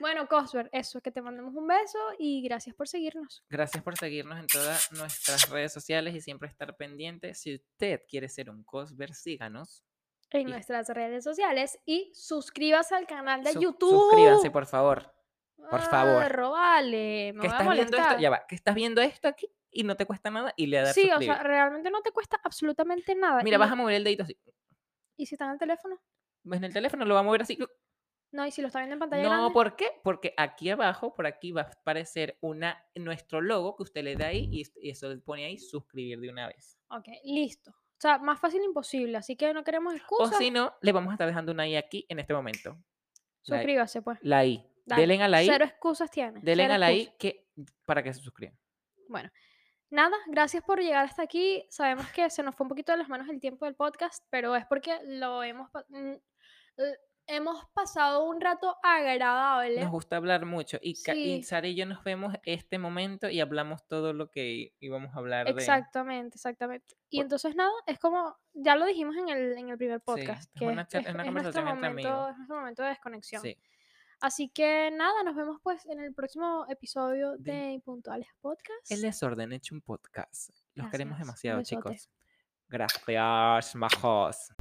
bueno, Cosber, eso, que te mandemos un beso y gracias por seguirnos.
Gracias por seguirnos en todas nuestras redes sociales y siempre estar pendiente. Si usted quiere ser un Cosver, síganos.
en
Y-
nuestras redes sociales y suscríbase al canal de
Sus-
YouTube.
Suscríbanse, por favor. por favor.
Perro, vale, me voy
que
a
estás viendo esto,
molestar.
ya va, que estás viendo esto aquí y no te cuesta nada y le das
Sí, o
suscribir.
sea, realmente no te cuesta absolutamente nada.
Mira,
y,
vas a mover el dedito así.
¿Y si está en el teléfono?
¿Ves en el teléfono? Lo va a mover así.
No, y si lo está viendo en pantalla
No,
grande.
¿por qué? Porque aquí abajo, por aquí va a aparecer una, nuestro logo que usted le da ahí y, es- y eso le pone ahí suscribir de una vez.
Ok, listo. O sea, más fácil imposible, así que no queremos
O
excusas.
si no, le vamos a estar dejando una I aquí en este momento. La I-
Suscríbase, pues.
La I.
Dale,
Delen a la I.
Cero excusas tiene.
Delen
cero
a la I
excusas.
que, para que se suscriban.
Bueno, nada, gracias por llegar hasta aquí. Sabemos que se nos fue un poquito de las manos el tiempo del podcast, pero es porque lo hemos, pa- mm, l- hemos pasado un rato agradable.
Nos gusta hablar mucho. Y, ca- y
Sí.
Sara y yo nos vemos este momento y hablamos todo lo que í- íbamos a hablar. de-
Exactamente, exactamente. Y
Por-
entonces nada, es como, ya lo dijimos en el, en el primer podcast,
es
que
una chat- es una
nuestro
conversación entre
momento,
amigos.
es nuestro momento de desconexión.
Sí.
Así que nada, nos vemos pues en el próximo episodio
De-
de Impuntuales Podcast.
El desorden hecho un podcast. Los
Gracias,
queremos
un
demasiado,
besote.
chicos. Gracias, majos.